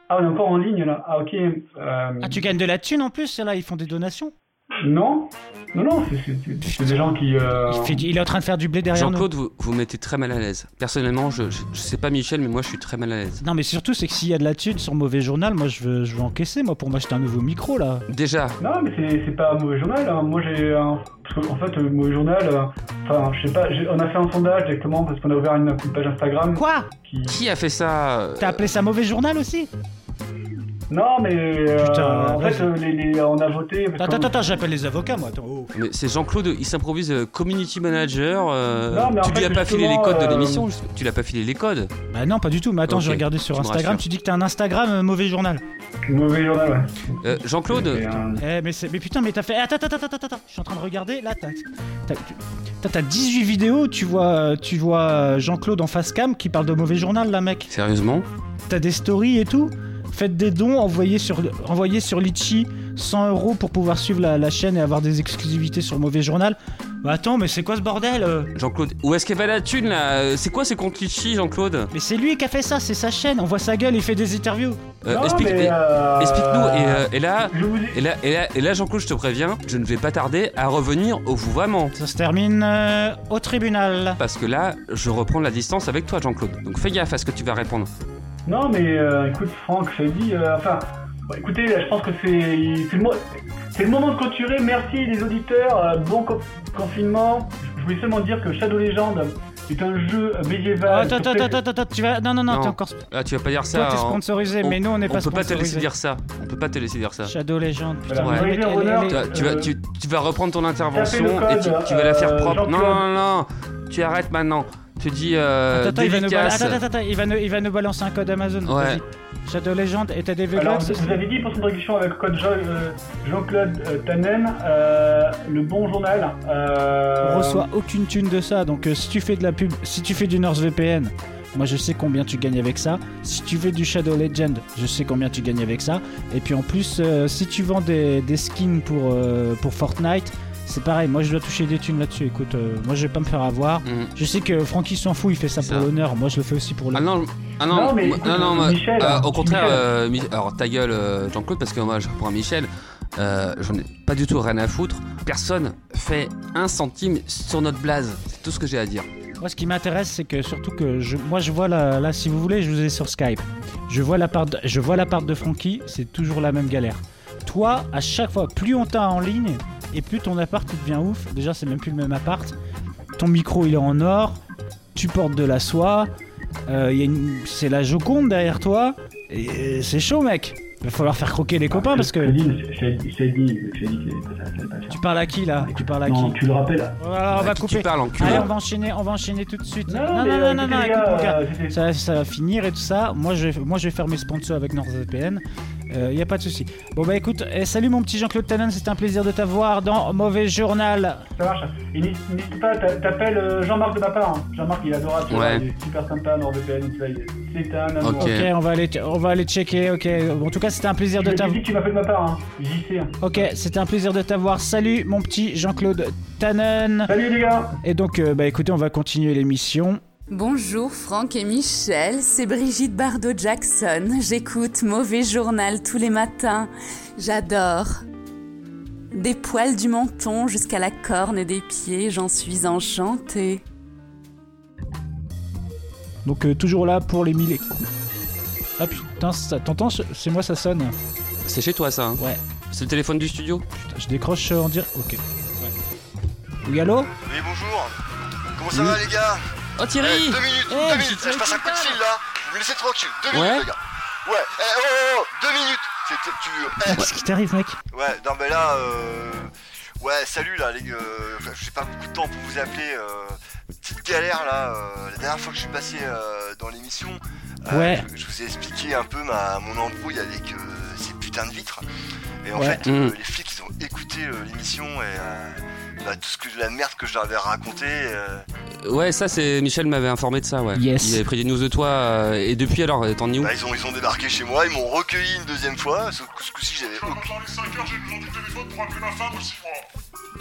Speaker 9: Ah, on est encore en ligne là. Ah, ok. euh,
Speaker 3: Ah, tu gagnes de la thune en plus, là, ils font des donations
Speaker 9: Non Non, non, c'est- c'est c'est des gens qui. euh,
Speaker 3: Il, fait- il est en train de faire du blé derrière nous.
Speaker 4: Jean-Claude, vous, vous mettez très mal à l'aise. Personnellement, je, je, je sais pas Michel, mais moi je suis très mal à l'aise.
Speaker 3: Non, mais surtout, c'est que s'il y a de la thune sur mauvais journal, moi je veux, je veux encaisser, moi, pour m'acheter un nouveau micro là.
Speaker 4: Déjà.
Speaker 9: Non, mais c'est- c'est pas un mauvais journal. hein. Moi, j'ai. un- parce que, En fait, le mauvais journal. euh, Enfin, je sais pas. j'ai- On a fait un sondage directement parce qu'on a ouvert une, une page Instagram.
Speaker 3: Quoi
Speaker 4: Qui a fait ça euh,
Speaker 3: T'as appelé ça mauvais journal aussi
Speaker 9: Non, mais. euh,
Speaker 3: Putain,
Speaker 9: en fait,
Speaker 3: vas-y.
Speaker 9: euh, les- les- on a voté. parce
Speaker 3: Attends,
Speaker 9: qu'on-
Speaker 3: attends, attends, j'appelle les avocats, moi. Attends, oh.
Speaker 4: Mais c'est Jean-Claude, il s'improvise euh, community manager. euh,
Speaker 3: Non, mais en
Speaker 4: tu lui
Speaker 3: fait,
Speaker 4: as pas filé les
Speaker 3: justement,
Speaker 4: codes de
Speaker 3: euh,
Speaker 4: l'émission juste- Tu l'as pas filé les codes
Speaker 3: Bah non, pas du tout, mais attends,
Speaker 4: Ok,
Speaker 3: je regardais sur
Speaker 4: tu me
Speaker 3: Instagram,
Speaker 4: rassures.
Speaker 3: tu dis que t'as un Instagram euh, mauvais journal.
Speaker 9: Mauvais journal, ouais.
Speaker 4: Euh, Jean-Claude
Speaker 3: Eh, mais, c'est- mais putain, mais t'as fait. Attends, attends, attends, attends, attends, je suis en train de regarder. Là, t'as. T'as, tu- t'as- t'as 18 vidéos, tu vois, tu vois euh, Jean-Claude en face cam qui parle de mauvais journal, là, mec.
Speaker 4: Sérieusement
Speaker 3: T'as des stories et tout Faites des dons, envoyez sur, envoyez sur Litchi 100 euros pour pouvoir suivre la, la chaîne et avoir des exclusivités sur Mauvais Journal. Bah attends, mais c'est quoi ce bordel euh
Speaker 4: Jean-Claude, où est-ce qu'elle va la thune là Euh, C'est quoi ces comptes litchi, Jean-Claude
Speaker 3: Mais c'est lui qui a fait ça, c'est sa chaîne, on voit sa gueule, il fait des interviews.
Speaker 4: Euh,
Speaker 3: Non,
Speaker 4: explique,
Speaker 3: mais,
Speaker 4: et-
Speaker 3: euh,
Speaker 4: Explique-nous. Et, euh, et là, et là, et là, et là, Jean-Claude, je te préviens, je ne vais pas tarder à revenir au vous vraiment.
Speaker 3: Ça se termine euh, au tribunal.
Speaker 4: Parce que là, je reprends la distance avec toi, Jean-Claude. Donc fais gaffe à ce que tu vas répondre.
Speaker 9: Non, mais euh, écoute, Franck, je te dis. euh, enfin, bon, écoutez, là, je pense que c'est c'est le, mo- c'est le moment de clôturer. Merci les auditeurs. euh, bon co- confinement. Je voulais seulement dire que Shadow Legend est un jeu médiéval.
Speaker 3: Attends, attends,
Speaker 9: sur-
Speaker 3: attends, attends, attends, tu vas. Non, non, non, t'es encore.
Speaker 4: Ah, tu vas pas dire Bah, ça.
Speaker 3: Toi, t'es
Speaker 4: hein.
Speaker 3: sponsorisé,
Speaker 4: On-
Speaker 3: mais nous, on n'est pas
Speaker 4: On peut pas te
Speaker 3: sponsorisé.
Speaker 4: laisser dire ça. On peut pas te laisser dire ça.
Speaker 3: Shadow Legend, putain.
Speaker 4: Ouais.
Speaker 3: mais mec, elle est- elle est-
Speaker 4: Tu vas- tu,
Speaker 9: euh,
Speaker 4: vas, tu, tu vas reprendre ton intervention
Speaker 3: Tapez euh, le
Speaker 4: et
Speaker 3: code,
Speaker 4: tu, tu vas la faire
Speaker 3: euh,
Speaker 4: propre. Non,
Speaker 3: Jean-Claude.
Speaker 4: non, non, non. tu arrêtes maintenant. Tu dis euh,
Speaker 3: Attends, attends, il va nous bal-
Speaker 4: dédicace.
Speaker 3: attends, attends, attends, il va nous- il va nous balancer un code Amazon.
Speaker 4: Ouais.
Speaker 3: vas-y. Shadow Legend et t'as des
Speaker 9: Alors,
Speaker 3: Veglox
Speaker 9: vous, vous avez dit pour cette réduction avec le code Jean- euh, Jean-Claude euh, Tannen, euh, le bon journal. euh,
Speaker 3: On reçoit aucune thune de ça. Donc euh, si tu fais de la pub, si tu fais du NordVPN, moi je sais combien tu gagnes avec ça. Si tu fais du Shadow Legend, je sais combien tu gagnes avec ça. Et puis en plus, euh, si tu vends des, des skins pour, euh, pour Fortnite, c'est pareil. Moi je dois toucher des thunes là-dessus. Écoute, euh, moi je vais pas me faire avoir.
Speaker 4: Hum.
Speaker 3: Je sais que Francky s'en fout, il fait ça pour l'honneur. Moi je le fais aussi pour
Speaker 4: Ah
Speaker 3: l'honneur.
Speaker 4: non, ah non,
Speaker 3: Non, mais
Speaker 4: moi-
Speaker 3: écoute,
Speaker 4: non, non, moi-
Speaker 3: Michel,
Speaker 4: euh, au
Speaker 3: Michel.
Speaker 4: contraire, euh, Mi- alors ta gueule, euh, Jean-Claude, parce que moi je reprends Michel, euh, j'en ai pas du tout rien à foutre. Personne fait un centime sur notre blase. C'est tout ce que j'ai à dire.
Speaker 3: Moi, ce qui m'intéresse, c'est que surtout que je, moi, je vois la, là, si vous voulez, je vous ai sur Skype. Je vois la part, de- je vois la part de Francky, c'est toujours la même galère. Toi, à chaque fois, plus on t'a en ligne et plus ton appart il devient ouf. Déjà, c'est même plus le même appart. Ton micro, il est en or. Tu portes de la soie. euh, il y a une- c'est la Joconde derrière toi. Et, euh, c'est chaud, mec. Il va falloir faire croquer les copains parce que.
Speaker 9: Je l'ai dit, je l'ai dit que ça allait pas le faire.
Speaker 3: Tu parles à qui là Tu parles à
Speaker 9: Non,
Speaker 3: qui
Speaker 9: tu le rappelles.
Speaker 3: Voilà, Ah,
Speaker 4: Euh,
Speaker 3: on va couper. Allez,
Speaker 4: hein.
Speaker 3: on va enchaîner, on va enchaîner tout de suite. Non, non, non, non, non, écoute, mon
Speaker 9: euh,
Speaker 3: gars, ça, ça va finir et tout ça. Moi, je, vais- moi, je vais faire mes sponsors avec NordVPN. Il n'y Euh, a pas de souci. Bon, bah écoute, eh, salut mon petit Jean-Claude Tannen, c'était un plaisir de t'avoir dans Mauvais Journal.
Speaker 9: Ça marche. Et n'hésite n'hésite pas, t'a- t'appelles euh, Jean-Marc de ma part. hein. Jean-Marc, il est adorable. tu
Speaker 3: Ouais.
Speaker 9: vois, Il est super sympa, NordVPN, tu vois, il est- c'est un amour.
Speaker 3: on va aller, on va aller checker. Ok. Bon, en tout cas, c'était un plaisir
Speaker 9: Je
Speaker 3: de
Speaker 9: lui ai
Speaker 3: t'avoir.
Speaker 9: dit que tu m'appelles de ma part, hein. j'y sais. hein.
Speaker 3: Ok, c'était un plaisir de t'avoir. Salut, mon petit Jean-Claude Tannen.
Speaker 9: Salut les gars.
Speaker 3: Et donc, euh, bah écoutez, on va continuer l'émission.
Speaker 2: Bonjour Franck et Michel, c'est Brigitte Bardot-Jackson. J'écoute Mauvais Journal tous les matins. J'adore. Des poils du menton jusqu'à la corne des pieds, j'en suis enchantée.
Speaker 3: Donc euh, toujours là pour les mille. et- Ah putain, ça- t'entends ce- C'est moi, ça sonne.
Speaker 4: C'est chez toi ça hein
Speaker 3: Ouais.
Speaker 4: C'est le téléphone du studio
Speaker 3: Putain, Je décroche euh, en direct. Ok. Oui, allô
Speaker 11: Oui, bonjour. Comment ça va, les gars
Speaker 4: Oh, Thierry
Speaker 11: Eh, Deux minutes,
Speaker 4: Eh,
Speaker 11: deux
Speaker 4: mais
Speaker 11: minutes.
Speaker 4: c'est
Speaker 11: Je passe un coup de fil, là. Vous me laissez tranquille. Deux
Speaker 3: Ouais.
Speaker 11: minutes, les gars. Ouais. Eh, oh, oh, oh, deux minutes. C'est tu... eh.
Speaker 3: Qu'est-ce qui t'arrive, mec
Speaker 11: Ouais, non, mais là... Euh... Ouais, salut, là, les... Euh... J'ai pas beaucoup de temps pour vous appeler. Euh... Petite galère, là. euh, La dernière fois que je suis passé euh, dans l'émission... euh,
Speaker 3: Ouais.
Speaker 11: Je, je vous ai expliqué un peu ma... mon embrouille avec euh, ces putains de vitres. Et en
Speaker 3: Ouais.
Speaker 11: fait, euh,
Speaker 3: Mm.
Speaker 11: les flics, ils ont écouté euh, l'émission et... euh, bah, tout ce que la merde que je leur avais raconté... euh,
Speaker 4: Hum. Ouais, ça c'est Michel m'avait informé de ça, ouais.
Speaker 3: Yes.
Speaker 4: Il avait pris des news de toi euh, et depuis alors, euh, t'en es où
Speaker 11: Bah, ils, ont, ils ont débarqué chez moi, ils m'ont recueilli une deuxième fois, sauf que ce coup-ci j'avais aucune.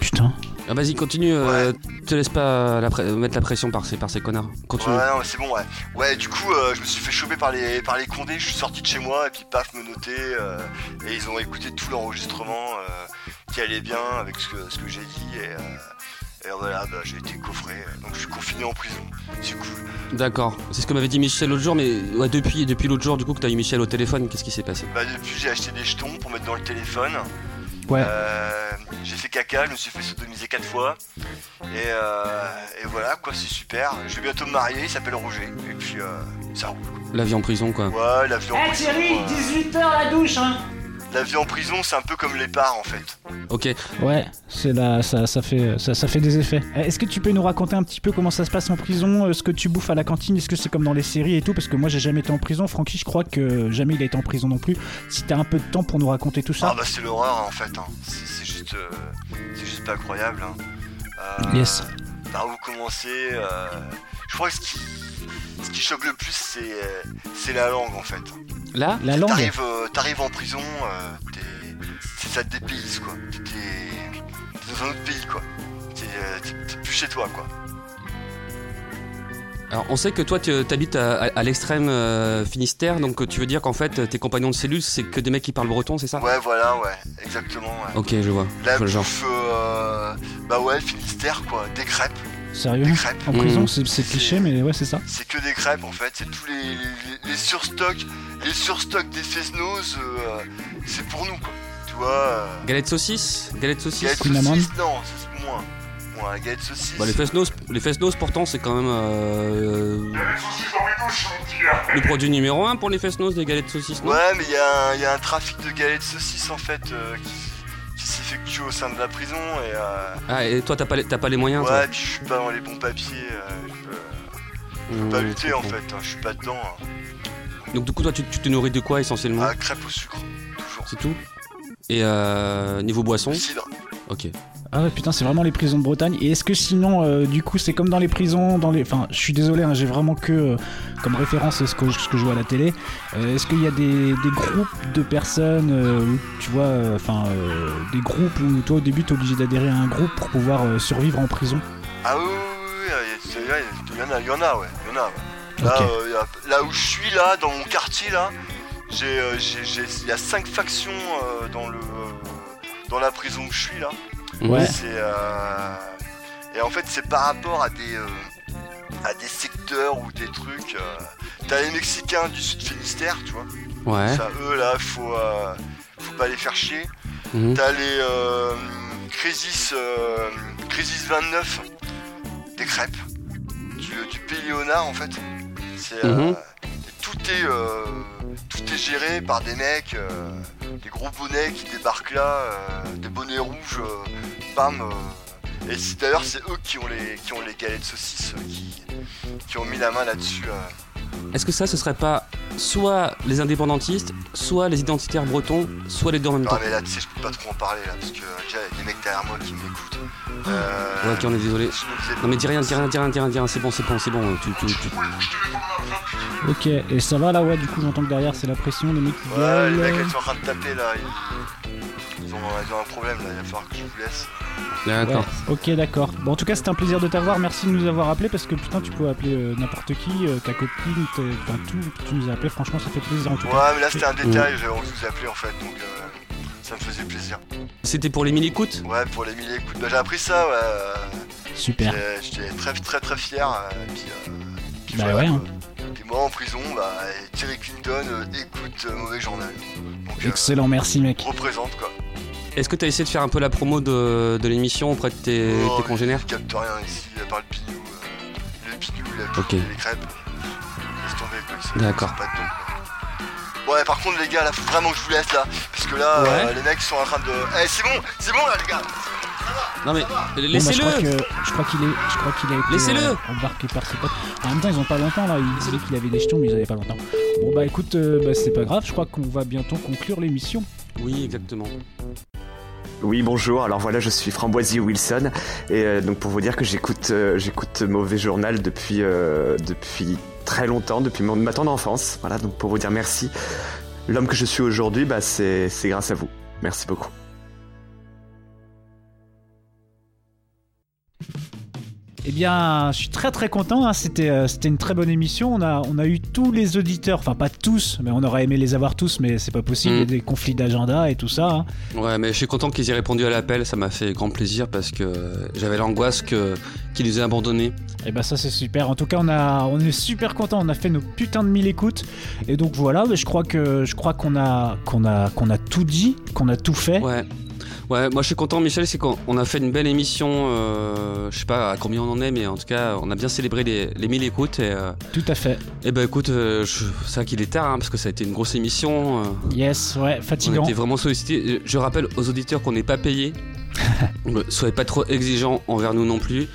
Speaker 3: Putain.
Speaker 4: Ah, vas-y, continue, euh, te laisse pas la pre- mettre la pression par ces, par ces connards. Continue.
Speaker 11: Ah Ouais, non, mais c'est bon, ouais. Ouais, du coup, euh, je me suis fait choper par les, par les condés, je suis sorti de chez moi, et puis paf, me noter, euh, et ils ont écouté tout l'enregistrement. euh, qui allait bien avec ce que, ce que j'ai dit. Et, euh, et voilà, bah, j'ai été coffré. euh, Donc je suis confiné en prison. C'est cool.
Speaker 4: D'accord. C'est ce que m'avait dit Michel l'autre jour, mais ouais, depuis, depuis l'autre jour, du coup, que t'as eu Michel au téléphone, qu'est-ce qui s'est passé
Speaker 11: Bah, depuis, j'ai acheté des jetons pour mettre dans le téléphone.
Speaker 4: Ouais.
Speaker 11: Euh, j'ai fait caca, je me suis fait sodomiser quatre fois. Et, euh, et voilà, quoi, c'est super. Je vais bientôt me marier, il s'appelle Roger. Et puis, euh, ça roule.
Speaker 4: La vie en prison, quoi.
Speaker 11: Ouais, la vie en prison. euh,
Speaker 6: 18h la douche, hein
Speaker 11: La vie en prison, c'est un peu comme les bars en fait.
Speaker 4: Ok.
Speaker 3: Ouais, c'est là, ça, ça fait, ça, ça fait des effets. Euh, Est-ce que tu peux nous raconter un petit peu comment ça se passe en prison, euh, ce que tu bouffes à la cantine, est-ce que c'est comme dans les séries et tout Parce que moi, j'ai jamais été en prison. Francky, je crois que jamais il a été en prison non plus. Si t'as un peu de temps pour nous raconter tout ça.
Speaker 11: Ah bah c'est l'horreur hein, en fait. hein. C'est c'est juste, euh, c'est juste pas incroyable. hein. Euh,
Speaker 3: Yes.
Speaker 11: Par où commencer euh, Je crois que ce qui, ce qui choque le plus, c'est, euh, c'est la langue en fait.
Speaker 4: Là La langue
Speaker 11: T'arrives, euh, t'arrives en prison, euh, t'es- c'est- ça te dépayse quoi. T'es, t'es dans un autre pays quoi. T'es, euh, t'es- t'es plus chez toi quoi.
Speaker 4: Alors, on sait que toi, tu habites à, à- à l'extrême euh, Finistère, donc euh, tu veux dire qu'en fait, euh, tes compagnons de cellule, c'est que des mecs qui parlent breton, c'est ça
Speaker 11: Ouais voilà ouais, exactement. ouais.
Speaker 4: Ok, je vois.
Speaker 11: La
Speaker 4: Je vois le genre.
Speaker 11: bouffe, euh, bah ouais, Finistère quoi, des crêpes.
Speaker 3: Sérieux
Speaker 11: Des crêpes.
Speaker 3: En prison, c'est c'est cliché, mais ouais, c'est ça.
Speaker 11: C'est que des crêpes en fait, c'est tous les, les, les surstocks, les surstocks des fesnos, euh, c'est pour nous quoi. Tu vois, euh,
Speaker 4: Galette saucisse Galette saucisse
Speaker 11: galette saucisse, non, c'est moins. Moins, la galette saucisse.
Speaker 4: Bah, les fesnos, les fesnos, pourtant, c'est quand même euh,
Speaker 11: Le
Speaker 4: le produit numéro un pour les fesnos, des galettes saucisses. non
Speaker 11: Ouais, Ah, mais il y, a un- y a un trafic de galettes saucisses en fait euh, qui, qui s'effectue au sein de la prison et. euh,
Speaker 4: Ah, et toi, t'as pas, les- t'as pas les moyens
Speaker 11: ouais, puis je suis pas dans les bons papiers, euh, je peux,
Speaker 4: toi
Speaker 11: je peux pas
Speaker 4: Mmh,
Speaker 11: lutter en fait, hein, je suis pas dedans. hein.
Speaker 4: Donc, du coup, toi, tu, tu te nourris de quoi essentiellement
Speaker 11: Ah, crêpes au sucre, toujours.
Speaker 4: C'est tout Et euh, niveau boisson
Speaker 11: Cidre.
Speaker 4: Ok.
Speaker 3: Ah ouais, putain, c'est vraiment les prisons de Bretagne. Et est-ce que sinon, euh, du coup, c'est comme dans les prisons, dans les. Enfin, je suis désolé, hein, j'ai vraiment que euh, comme référence ce que, ce que je vois à la télé. Euh, est-ce qu'il y a des, des groupes de personnes, euh, où, tu vois, euh, enfin, euh, des groupes où toi au début t'es obligé d'adhérer à un groupe pour pouvoir euh, survivre en prison
Speaker 11: Ah oui, oui, oui, oui, il y, a- il y en a, il y en a, ouais, il y en a. ouais.
Speaker 3: Ok.
Speaker 11: Là, euh, il y a- là où je suis, là, dans mon quartier, là, j'ai, euh, j'ai- j'ai- il y a cinq factions euh, dans le, euh, dans la prison où je suis là.
Speaker 3: Ouais.
Speaker 11: C'est, euh, et en fait, c'est par rapport à des, euh, à des secteurs ou des trucs. euh, T'as les Mexicains du Sud Finistère, tu vois.
Speaker 4: Ouais.
Speaker 11: Ça, eux, là, faut, euh, faut pas les faire chier.
Speaker 4: Mhm.
Speaker 11: T'as les euh, Crisis, euh, Crisis 29, des crêpes, du, du pays Léonard en fait. C'est, euh,
Speaker 4: Mhm.
Speaker 11: tout, est, euh, tout est géré par des mecs, euh, des gros bonnets qui débarquent là, euh, des bonnets rouges, euh, bam. euh. et c'est- d'ailleurs, c'est eux qui ont les, qui ont les galettes saucisses, euh, qui, qui ont mis la main là-dessus. euh.
Speaker 4: Est-ce que ça, ce serait pas soit les indépendantistes, soit les identitaires bretons, soit les deux en même
Speaker 11: Non,
Speaker 4: temps
Speaker 11: mais là, tu sais, je peux pas trop en parler là, parce que euh, déjà, il y a des mecs derrière moi qui m'écoutent. Euh,
Speaker 4: Ouais, ok, on est désolé. Non, mais dis rien, dis rien, dis rien, dis rien, dis rien, c'est bon, c'est bon, c'est bon. Tu, tu, tu-
Speaker 3: Ok, et ça va là, ouais, du coup, j'entends que derrière c'est la pression, les mecs qui
Speaker 11: Ouais,
Speaker 3: gueulent,
Speaker 11: les mecs,
Speaker 3: euh.
Speaker 11: elles sont en train de taper là. Ils ils ont, ils ont un problème là, il va falloir que je vous laisse.
Speaker 4: D'accord.
Speaker 3: Ouais, Ok, d'accord. Bon, en tout cas, c'était un plaisir de t'avoir. Merci de nous avoir appelé parce que putain, tu pouvais appeler euh, n'importe qui, euh, ta copine, t'es- enfin tout. Tu nous as appelé. Franchement, ça fait plaisir en tout cas.
Speaker 11: Ouais, mais là c'était un détail, j'avais envie de vous appeler en fait, donc euh, ça me faisait plaisir.
Speaker 4: C'était pour les mille écoutes
Speaker 11: Ouais, pour les mille écoutes, bah, j'ai appris ça, ouais. euh,
Speaker 3: Super.
Speaker 11: j'ai- J'étais très très très fier. euh, puis, euh, puis
Speaker 3: Bah
Speaker 11: voilà,
Speaker 3: ouais. hein.
Speaker 11: quoi. Puis moi en prison, bah, Thierry Clinton euh, écoute euh, Mauvais Journal. Donc, euh,
Speaker 3: Excellent, merci mec. bah,
Speaker 11: représente quoi.
Speaker 4: Est-ce que t'as essayé de faire un peu la promo de, de l'émission auprès de tes,
Speaker 11: Oh,
Speaker 4: tes congénères
Speaker 11: Ils captent rien ici, à part le pignou. euh, le pignou, la bouffe,
Speaker 4: Ok.
Speaker 11: les crêpes. Laisse tomber, quoi, c'est-
Speaker 4: D'accord.
Speaker 11: c'est pas de don, quoi. Ouais, par contre, les gars, là, faut vraiment que je vous laisse là. Parce que là, euh,
Speaker 4: Ouais.
Speaker 11: les mecs sont en train de. Eh, c'est bon, c'est bon là, les gars.
Speaker 4: Non, mais
Speaker 3: Bon, bah, je
Speaker 4: laissez-le
Speaker 3: crois que- je crois qu'il est, je crois qu'il a été
Speaker 4: Laissez-le
Speaker 3: euh, embarqué par ses potes. En même temps, ils ont pas longtemps là. Ils disaient qu'il avait des jetons, mais ils avaient pas longtemps. Bon bah écoute, euh, bah, c'est pas grave. Je crois qu'on va bientôt conclure l'émission.
Speaker 4: Oui, exactement.
Speaker 5: Oui, bonjour. Alors voilà, je suis Framboisier Wilson et euh, donc pour vous dire que j'écoute euh, j'écoute Mauvais Journal depuis euh, depuis très longtemps, depuis mon- ma tendre enfance. Voilà, donc pour vous dire merci. L'homme que je suis aujourd'hui, bah c'est c'est grâce à vous. Merci beaucoup.
Speaker 3: Eh bien, je suis très très content. hein. C'était euh, c'était une très bonne émission. On a on a eu tous les auditeurs, enfin pas tous, mais on aurait aimé les avoir tous, mais c'est pas possible. Il y a
Speaker 4: Mm.
Speaker 3: des conflits d'agenda et tout ça. hein.
Speaker 4: Ouais, mais je suis content qu'ils aient répondu à l'appel, ça m'a fait grand plaisir parce que j'avais l'angoisse que- qu'ils nous aient abandonnés.
Speaker 3: Et bah ça c'est super. En tout cas, on a on est super content. On a fait nos putains de 1000 écoutes. Et donc voilà, mais je crois que je crois qu'on a qu'on a qu'on a tout dit, qu'on a tout fait.
Speaker 4: Ouais. Ouais, moi je suis content, Michel, c'est qu'on on a fait une belle émission. euh, je sais pas à combien on en est, mais en tout cas, on a bien célébré les, les 1000 écoutes. Et, euh,
Speaker 3: Tout à fait.
Speaker 4: eh ben écoute, euh, je- c'est vrai qu'il est tard, hein, parce que ça a été une grosse émission. euh,
Speaker 3: Yes, ouais, fatigant.
Speaker 4: On était vraiment sollicité. Je rappelle aux auditeurs qu'on n'est pas payé. Euh, Soyez pas trop exigeants envers nous non plus.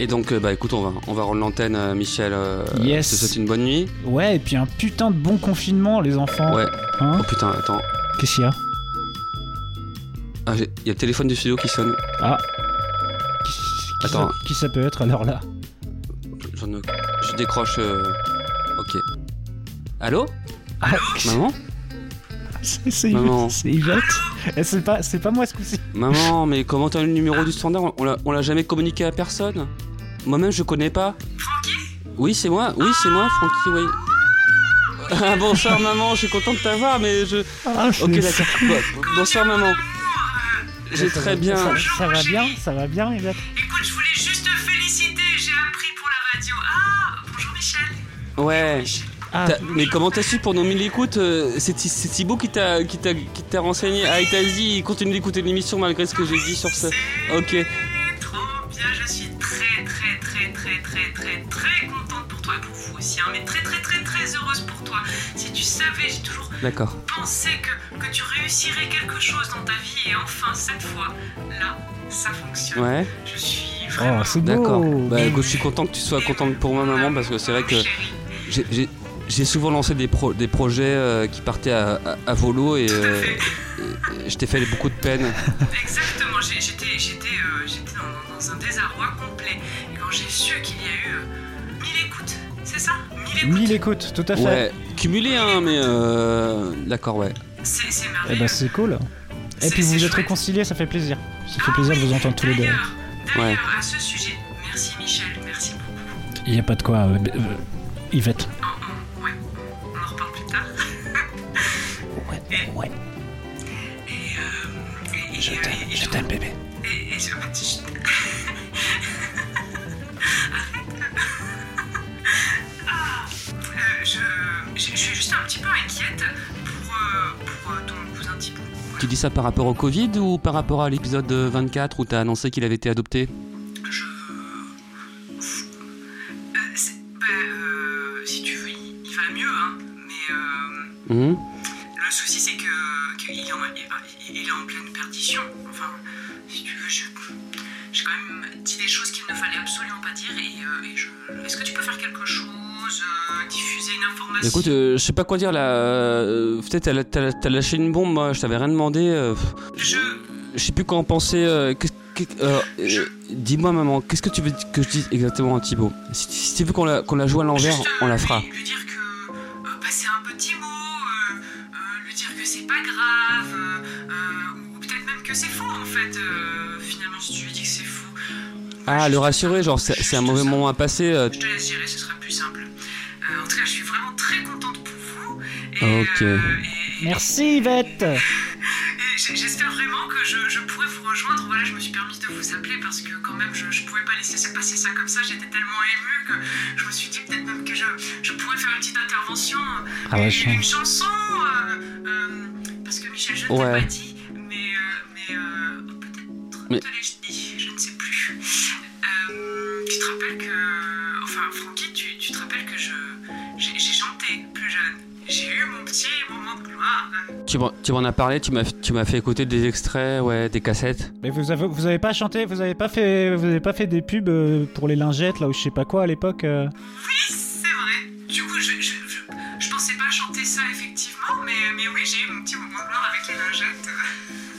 Speaker 4: Et donc, euh, bah écoute, on va, on va rendre l'antenne, euh, Michel. euh,
Speaker 3: Yes.
Speaker 4: Je te souhaite une bonne nuit.
Speaker 3: Ouais, et puis un putain de bon confinement, les enfants.
Speaker 4: Ouais.
Speaker 3: Hein
Speaker 4: oh putain, attends.
Speaker 3: Qu'est-ce qu'il y a
Speaker 4: Ah, j'ai- il y a le téléphone du studio qui sonne.
Speaker 3: Ah.
Speaker 4: Attends,
Speaker 3: Qui ça peut être alors là
Speaker 4: j'en ai- je décroche. euh, Ok. Allô Ah, Maman
Speaker 3: C'est c'est
Speaker 4: Maman.
Speaker 3: Yvette. C'est Yvette. Eh, C'est pas, c'est pas moi ce coup-ci.
Speaker 4: Maman, mais comment t'as eu le numéro du standard On- On l'a- on l'a jamais communiqué à personne. Moi-même, je connais pas. Oui, c'est moi. Oui, c'est moi, Francky, oui. Ah, bonsoir, maman. Je suis content de t'avoir, mais je...
Speaker 3: Ah, c'est-
Speaker 4: ok, d'accord. Bon, bonsoir, maman. J'ai
Speaker 3: Ça
Speaker 4: très
Speaker 3: va-
Speaker 4: bien...
Speaker 3: Ça, ça va bien, ça va bien, Yvette.
Speaker 11: Écoute, je voulais juste te féliciter, j'ai appris pour la radio. Ah, bonjour Michel.
Speaker 4: Ouais.
Speaker 3: Ah.
Speaker 4: T'as- Mais comment t'as su pour nos 1000 écoutes euh, C'est Thi- c'est Thibaut qui t'a qui t'a qui t'a renseigné. Ah, et t'as dit, il continue d'écouter l'émission malgré ce que j'ai dit sur ce. Ok.
Speaker 11: Trop bien, je suis très très très très très très très contente pour toi et pour vous aussi, hein, mais très très très très heureuse pour toi. Si tu savais, j'ai toujours
Speaker 4: D'accord.
Speaker 11: pensé que, que tu réussirais quelque chose dans ta vie et enfin cette fois, là, ça fonctionne.
Speaker 4: Ouais.
Speaker 11: Je suis
Speaker 4: Oh,
Speaker 11: vraiment
Speaker 4: c'est D'accord. Bah écoute, je suis content que tu sois contente pour moi, maman, parce que c'est vrai que j'ai- j'ai- j'ai souvent lancé des, pro- des projets euh, qui partaient à, à- à volo et, euh, et- et je t'ai fait beaucoup de peine.
Speaker 11: Exactement, j'ai- j'étais j'étais, euh, j'étais dans, dans- dans un désarroi complet. Et quand j'ai su qu'il y a eu euh, 1000 écoutes, c'est ça 1000 écoutes.
Speaker 3: 1000 écoutes, tout à fait.
Speaker 4: Ouais, cumulé, hein, mais euh, d'accord, ouais.
Speaker 11: C'est c'est
Speaker 3: Eh
Speaker 11: merveilleux.
Speaker 3: ben c'est cool. Et puis vous vous êtes réconciliés, ça fait plaisir. Ça fait plaisir de vous entendre tous les deux.
Speaker 4: Ouais.
Speaker 11: À ce sujet, merci Michel, merci beaucoup.
Speaker 3: Il n'y a pas de quoi, euh, euh, Yvette.
Speaker 11: Oh, On en reparle plus tard.
Speaker 3: Ouais, ouais.
Speaker 11: Je t'aime, je t'aime bébé. Et, et je me dis... Ah, euh, je, je, je suis juste un petit peu inquiète pour, euh, pour euh, ton cousin Thibaut.
Speaker 4: Tu dis ça par rapport au Covid ou par rapport à l'épisode euh, 24 où t'as annoncé qu'il avait été adopté
Speaker 11: Euh, c'est- bah, euh, si tu veux, il, il va mieux, hein. Mais euh,
Speaker 4: Hum
Speaker 11: le souci, c'est que qu'il est, en- il- il est en pleine perdition. Enfin, si tu veux, je- j'ai quand même dit des choses qu'il ne fallait absolument pas dire. Et, euh, et je, est-ce que tu peux faire quelque chose, euh, diffuser une information
Speaker 4: Écoute, euh, je sais pas quoi dire là. euh, Peut-être t'as- t'as t'as lâché une bombe, moi, je t'avais rien demandé. euh, pff.
Speaker 11: je...
Speaker 4: sais plus quoi en penser. euh, qu'est- qu'est- euh, euh, Dis-moi, maman, qu'est-ce que tu veux que je dise exactement à Thibaut si, si tu veux qu'on la, qu'on la joue à l'envers, on la fera.
Speaker 11: euh, passer un petit mot, euh, euh, lui dire que c'est pas grave, euh, euh, ou peut-être même que c'est faux en fait. euh, finalement, si tu lui dis que c'est faux,
Speaker 4: Ah, le rassurer, genre, c'est c'est un mauvais moment à passer. euh.
Speaker 11: je te laisse gérer, ce sera plus simple. Euh, en tout cas, je suis vraiment très contente pour vous. euh,
Speaker 4: Ok.
Speaker 3: Merci Yvette
Speaker 11: Et j- j'espère vraiment que je, je pourrai vous rejoindre. Voilà, je me suis permise de vous appeler parce que quand même, je, je pouvais pas laisser se passer ça comme ça. J'étais tellement émue que je me suis dit peut-être même que je, je pourrais faire une petite intervention. euh,
Speaker 3: Ah ouais,
Speaker 11: une-
Speaker 3: je-
Speaker 11: une chanson. euh, euh, parce que Michel, je ne
Speaker 4: Ouais.
Speaker 11: t'ai pas dit, mais, euh, mais euh, peut-être
Speaker 4: Mais-
Speaker 11: te l'ai-je dit, je ne sais plus. Euh, tu te rappelles que... Enfin, Francky, tu, tu te rappelles que je j'ai j'ai chanté plus jeune. J'ai eu mon petit moment de gloire.
Speaker 4: Tu m'en tu m'en as parlé, tu m'as tu m'as fait écouter des extraits, ouais, des cassettes.
Speaker 3: Mais vous avez, vous avez pas chanté, vous avez pas fait, vous avez pas fait des pubs euh, pour les lingettes là ou je sais pas quoi à l'époque. euh.
Speaker 11: Oui, c'est vrai. Du coup, je, je, je, je pensais pas chanter ça effectivement, mais, mais oui, j'ai eu mon petit moment de gloire avec les lingettes.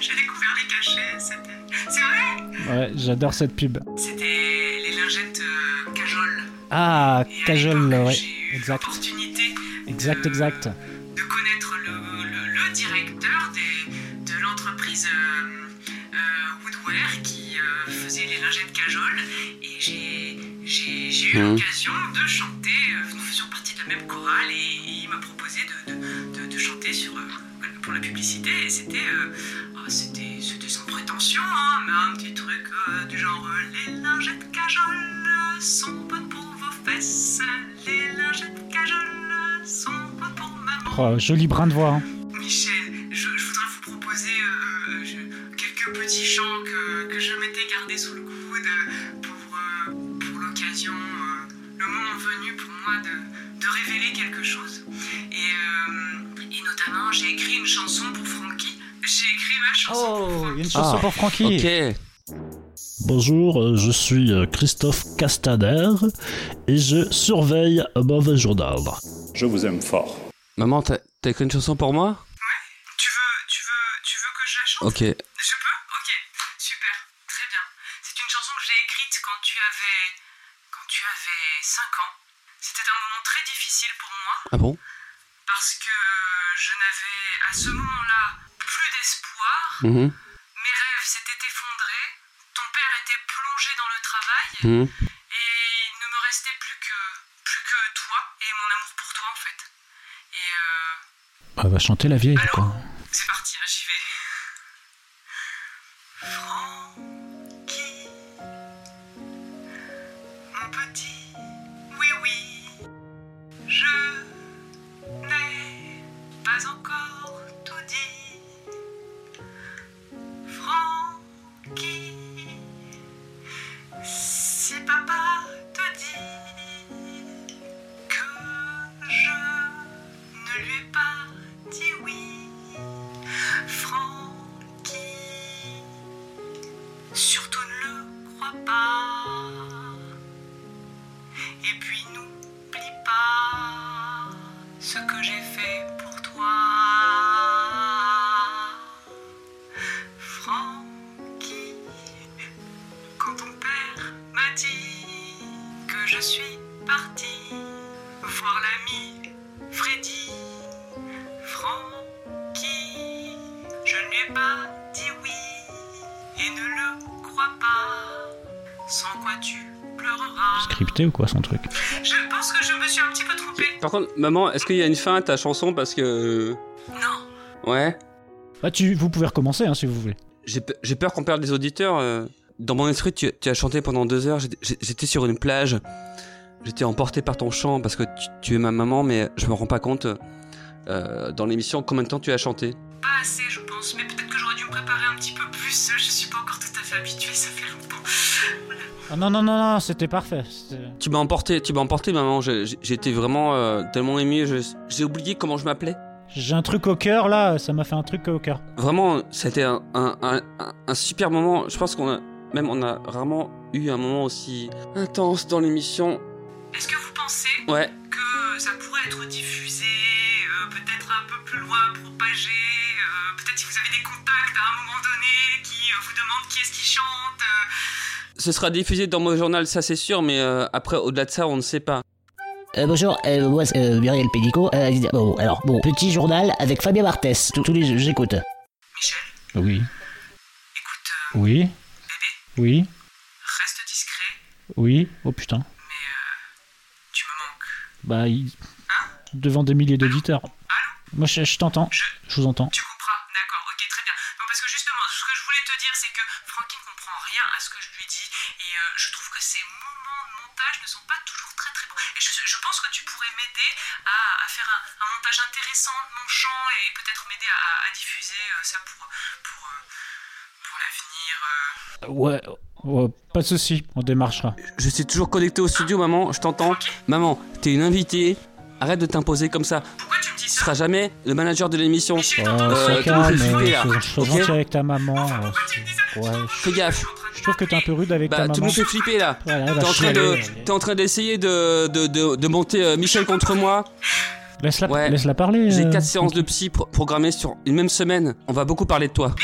Speaker 11: j'ai découvert les cachets, c'était... C'est vrai
Speaker 3: Ouais, j'adore cette pub.
Speaker 11: C'était les lingettes euh, cajol.
Speaker 3: Ah, cajol, ouais, exact.
Speaker 11: Opportunité
Speaker 3: Exact, exact.
Speaker 11: de connaître le, le- le directeur des- de l'entreprise euh, euh, Woodware qui euh, faisait les
Speaker 6: des lingettes cajoles et j'ai- j'ai j'ai eu
Speaker 23: Mhm.
Speaker 6: l'occasion de chanter. euh, nous faisions partie de la même chorale et, et il m'a proposé de, de- de- de chanter sur, euh, voilà, pour la publicité. Et c'était euh, oh, c'était c'était sans prétention, hein, mais un petit truc euh, du genre euh, Les lingettes cajoles sont bonnes pour vos fesses, les lingettes cajoles sont bonnes pour maman.
Speaker 3: Oh, joli brin de voix. hein.
Speaker 6: Michel, je, je voudrais vous proposer euh, euh, je- quelques petits chants que, que je m'étais gardés sous le coude euh, pour, euh, pour l'occasion, euh, le moment venu pour moi de, de révéler quelque chose. Et, euh, et notamment, j'ai écrit une chanson pour Francky. J'ai écrit ma chanson
Speaker 4: Oh.
Speaker 6: pour Francky.
Speaker 3: une chanson pour Francky.
Speaker 4: Ok.
Speaker 7: Bonjour, euh, je suis euh, Christophe Castaner et je surveille un Mauvais Journal.
Speaker 4: Je vous aime fort. Maman, t'as t'as écrit une chanson pour moi Ouais. Tu veux, tu veux, tu veux que je la chante Ok.
Speaker 6: Je peux Ok, super, très bien. C'est une chanson que j'ai écrite quand tu avais, quand tu avais 5 ans. C'était un moment très difficile pour moi.
Speaker 4: Ah bon
Speaker 6: Parce que euh, je n'avais à ce moment-là plus d'espoir.
Speaker 4: Mhm.
Speaker 6: Mes rêves s'étaient effondrés. Ton père était plongé dans le travail.
Speaker 4: Mhm.
Speaker 6: Et il ne me restait plus que, plus que toi et mon amour pour toi en fait. Et euh,
Speaker 3: Ah, Elle va chanter la vieille, quoi.
Speaker 6: c'est parti, hein, j'y vais. Francky, mon petit, oui, oui, je n'ai pas encore tout dit. Francky, si papa te dit que je ne lui ai pas dit oui, Francky, surtout ne le crois pas. Et puis n'oublie pas ce que j'ai fait pour toi. Francky, quand ton père m'a dit que je suis partie voir l'ami Freddy, Francky, je ne lui ai pas dit oui et ne le crois pas, sans quoi tu pleureras.
Speaker 3: Scripté ou quoi son truc
Speaker 6: Je pense que je me suis un petit peu trompée.
Speaker 4: Par contre, maman, est-ce qu'il y a une fin à ta chanson parce que. Non. Ouais.
Speaker 3: Bah, tu, vous pouvez recommencer hein, si vous voulez.
Speaker 4: J'ai pe- j'ai peur qu'on perde les auditeurs. euh. Dans mon esprit, tu, tu as chanté pendant deux heures. J'étais- j'ai- J'étais sur une plage. J'étais emporté par ton chant parce que tu, tu es ma maman, mais je me rends pas compte euh, dans l'émission combien de temps tu as chanté.
Speaker 6: Pas assez, je pense, mais peut-être que j'aurais dû me préparer un petit peu plus. Je suis pas encore tout à fait habituée, ça fait longtemps.
Speaker 3: Ah, non, non, non, non, c'était parfait. c'était-
Speaker 4: Tu m'as emporté, tu m'as emporté, maman. J'ai- j'ai- J'étais vraiment euh, tellement ému. je- J'ai oublié comment je m'appelais.
Speaker 3: J'ai un truc au cœur là, ça m'a fait un truc au cœur.
Speaker 4: Vraiment, c'était un, un- un- un- un super moment. Je pense qu'on a même on a rarement eu un moment aussi intense dans l'émission.
Speaker 6: Est-ce que vous pensez
Speaker 4: Ouais.
Speaker 6: que ça pourrait être diffusé, euh, peut-être un peu plus loin, propagé euh, Peut-être si vous avez des contacts à un moment donné qui euh, vous demandent qui est-ce qui chante euh,
Speaker 4: Ce sera diffusé dans mon journal, ça c'est sûr, mais euh, après, au-delà de ça, on ne sait pas.
Speaker 8: Euh, bonjour, euh, moi c'est euh, Muriel Pénicaud. Euh, bon, alors, bon, petit journal avec Fabien Barthès. Tous, tous les jeux, j'écoute.
Speaker 3: Oui. Oui. Oui.
Speaker 6: Reste discret,
Speaker 3: Oui. Oh putain. Bah, il- devant des milliers d'auditeurs. Moi, je, je t'entends. Je vous entends.
Speaker 6: comprends D'accord, ok, très bien. Non, parce que justement, ce que je voulais te dire, c'est que Francky ne comprend rien à ce que je lui dis, et euh, je trouve que ces moments de montage ne sont pas toujours très très bons. Et je, je pense que tu pourrais m'aider à, à faire un, un montage intéressant de mon chant et peut-être m'aider à, à diffuser euh, ça pour, pour, euh, pour l'avenir. euh.
Speaker 3: Ouais. ouais, pas de souci, on démarchera.
Speaker 4: Je suis toujours connecté au studio, maman, je t'entends. Maman, t'es une invitée. Arrête de t'imposer comme ça. Tu seras jamais le manager de l'émission.
Speaker 3: Oh,
Speaker 4: Euh,
Speaker 3: sois
Speaker 4: tout le monde
Speaker 3: calme,
Speaker 4: fait flipper,
Speaker 3: sois- sois
Speaker 4: là.
Speaker 3: sois
Speaker 4: Ok
Speaker 3: gentil avec ta maman. euh, c'est- ouais,
Speaker 4: Fais gaffe.
Speaker 3: je trouve que t'es un peu rude avec ta
Speaker 4: Bah,
Speaker 3: maman.
Speaker 4: tout le monde fait flipper là.
Speaker 3: Voilà, elle va
Speaker 4: T'es en train de,
Speaker 3: chialer.
Speaker 4: t'es en train d'essayer de, de, de, de monter euh, Michel contre moi.
Speaker 3: Laisse-la laisse-la parler.
Speaker 4: J'ai
Speaker 3: euh,
Speaker 4: quatre séances de psy pro- programmées sur une même semaine. On va beaucoup parler de toi.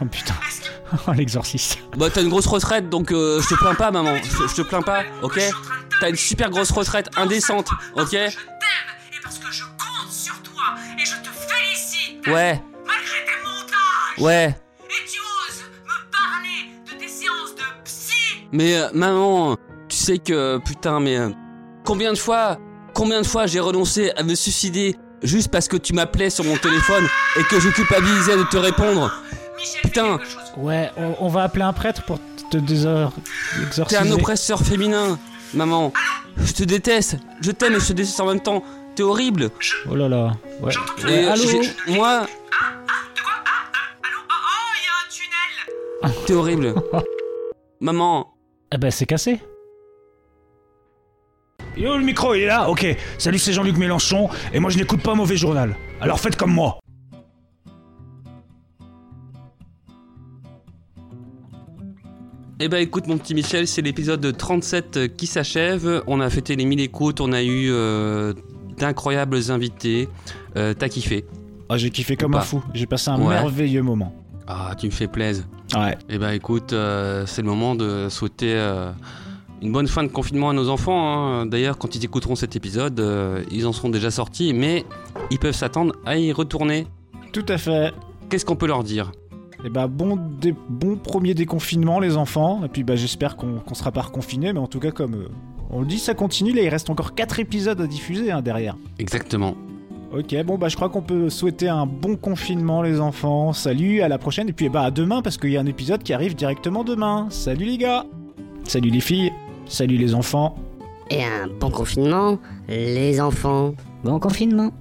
Speaker 3: Oh putain. Oh l'exorciste.
Speaker 4: Bah t'as une grosse retraite donc euh, je te plains pas maman, je, je te plains pas, ok T'as une super grosse retraite indécente, ok
Speaker 6: compte sur toi et je te félicite
Speaker 4: Ouais,
Speaker 6: malgré tes montages
Speaker 4: ouais,
Speaker 6: et tu oses me
Speaker 4: Mais euh, maman, tu sais que putain, mais euh, combien de fois, combien de fois j'ai renoncé à me suicider juste parce que tu m'appelais sur mon téléphone et que je culpabilisais de te répondre. Putain,
Speaker 3: Ouais, on, on va appeler un prêtre pour te désor-
Speaker 4: t'es
Speaker 3: exorciser.
Speaker 4: un oppresseur féminin, maman. Je te déteste, je t'aime et je te déteste en même temps. T'es horrible.
Speaker 3: Oh là là. Ouais.
Speaker 4: Et euh,
Speaker 3: Allô
Speaker 4: j'ai- Moi. T'es horrible. Maman.
Speaker 3: Ah bah c'est cassé. Yo, le micro, il est là Ok. Salut, c'est Jean-Luc Mélenchon, et moi je n'écoute pas Mauvais Journal. Alors faites comme moi.
Speaker 4: Eh ben écoute mon petit Michel, c'est l'épisode 37 qui s'achève. On a fêté les 1000 écoutes, on a eu euh, d'incroyables invités. Euh, T'as kiffé
Speaker 3: Ah, j'ai kiffé comme
Speaker 4: Ou
Speaker 3: un
Speaker 4: pas
Speaker 3: fou. J'ai passé un
Speaker 4: Ouais.
Speaker 3: merveilleux moment.
Speaker 4: Ah, tu me fais plaisir.
Speaker 3: Ouais.
Speaker 4: Eh ben écoute, euh, c'est le moment de souhaiter euh, une bonne fin de confinement à nos enfants. hein. D'ailleurs, quand ils écouteront cet épisode, euh, ils en seront déjà sortis, mais ils peuvent s'attendre à y retourner.
Speaker 3: Tout à fait.
Speaker 4: Qu'est-ce qu'on peut leur dire
Speaker 3: Et bah bon, dé- bon premier déconfinement les enfants, et puis bah j'espère qu'on qu'on sera pas reconfinés, mais en tout cas comme euh, on le dit ça continue, là il reste encore 4 épisodes à diffuser hein, derrière.
Speaker 4: Exactement.
Speaker 3: Ok, bon bah je crois qu'on peut souhaiter un bon confinement les enfants, salut, à la prochaine, et puis eh bah à demain parce qu'il y a un épisode qui arrive directement demain. Salut les gars Salut les filles, salut les enfants
Speaker 7: Et un bon confinement, les enfants. Bon confinement.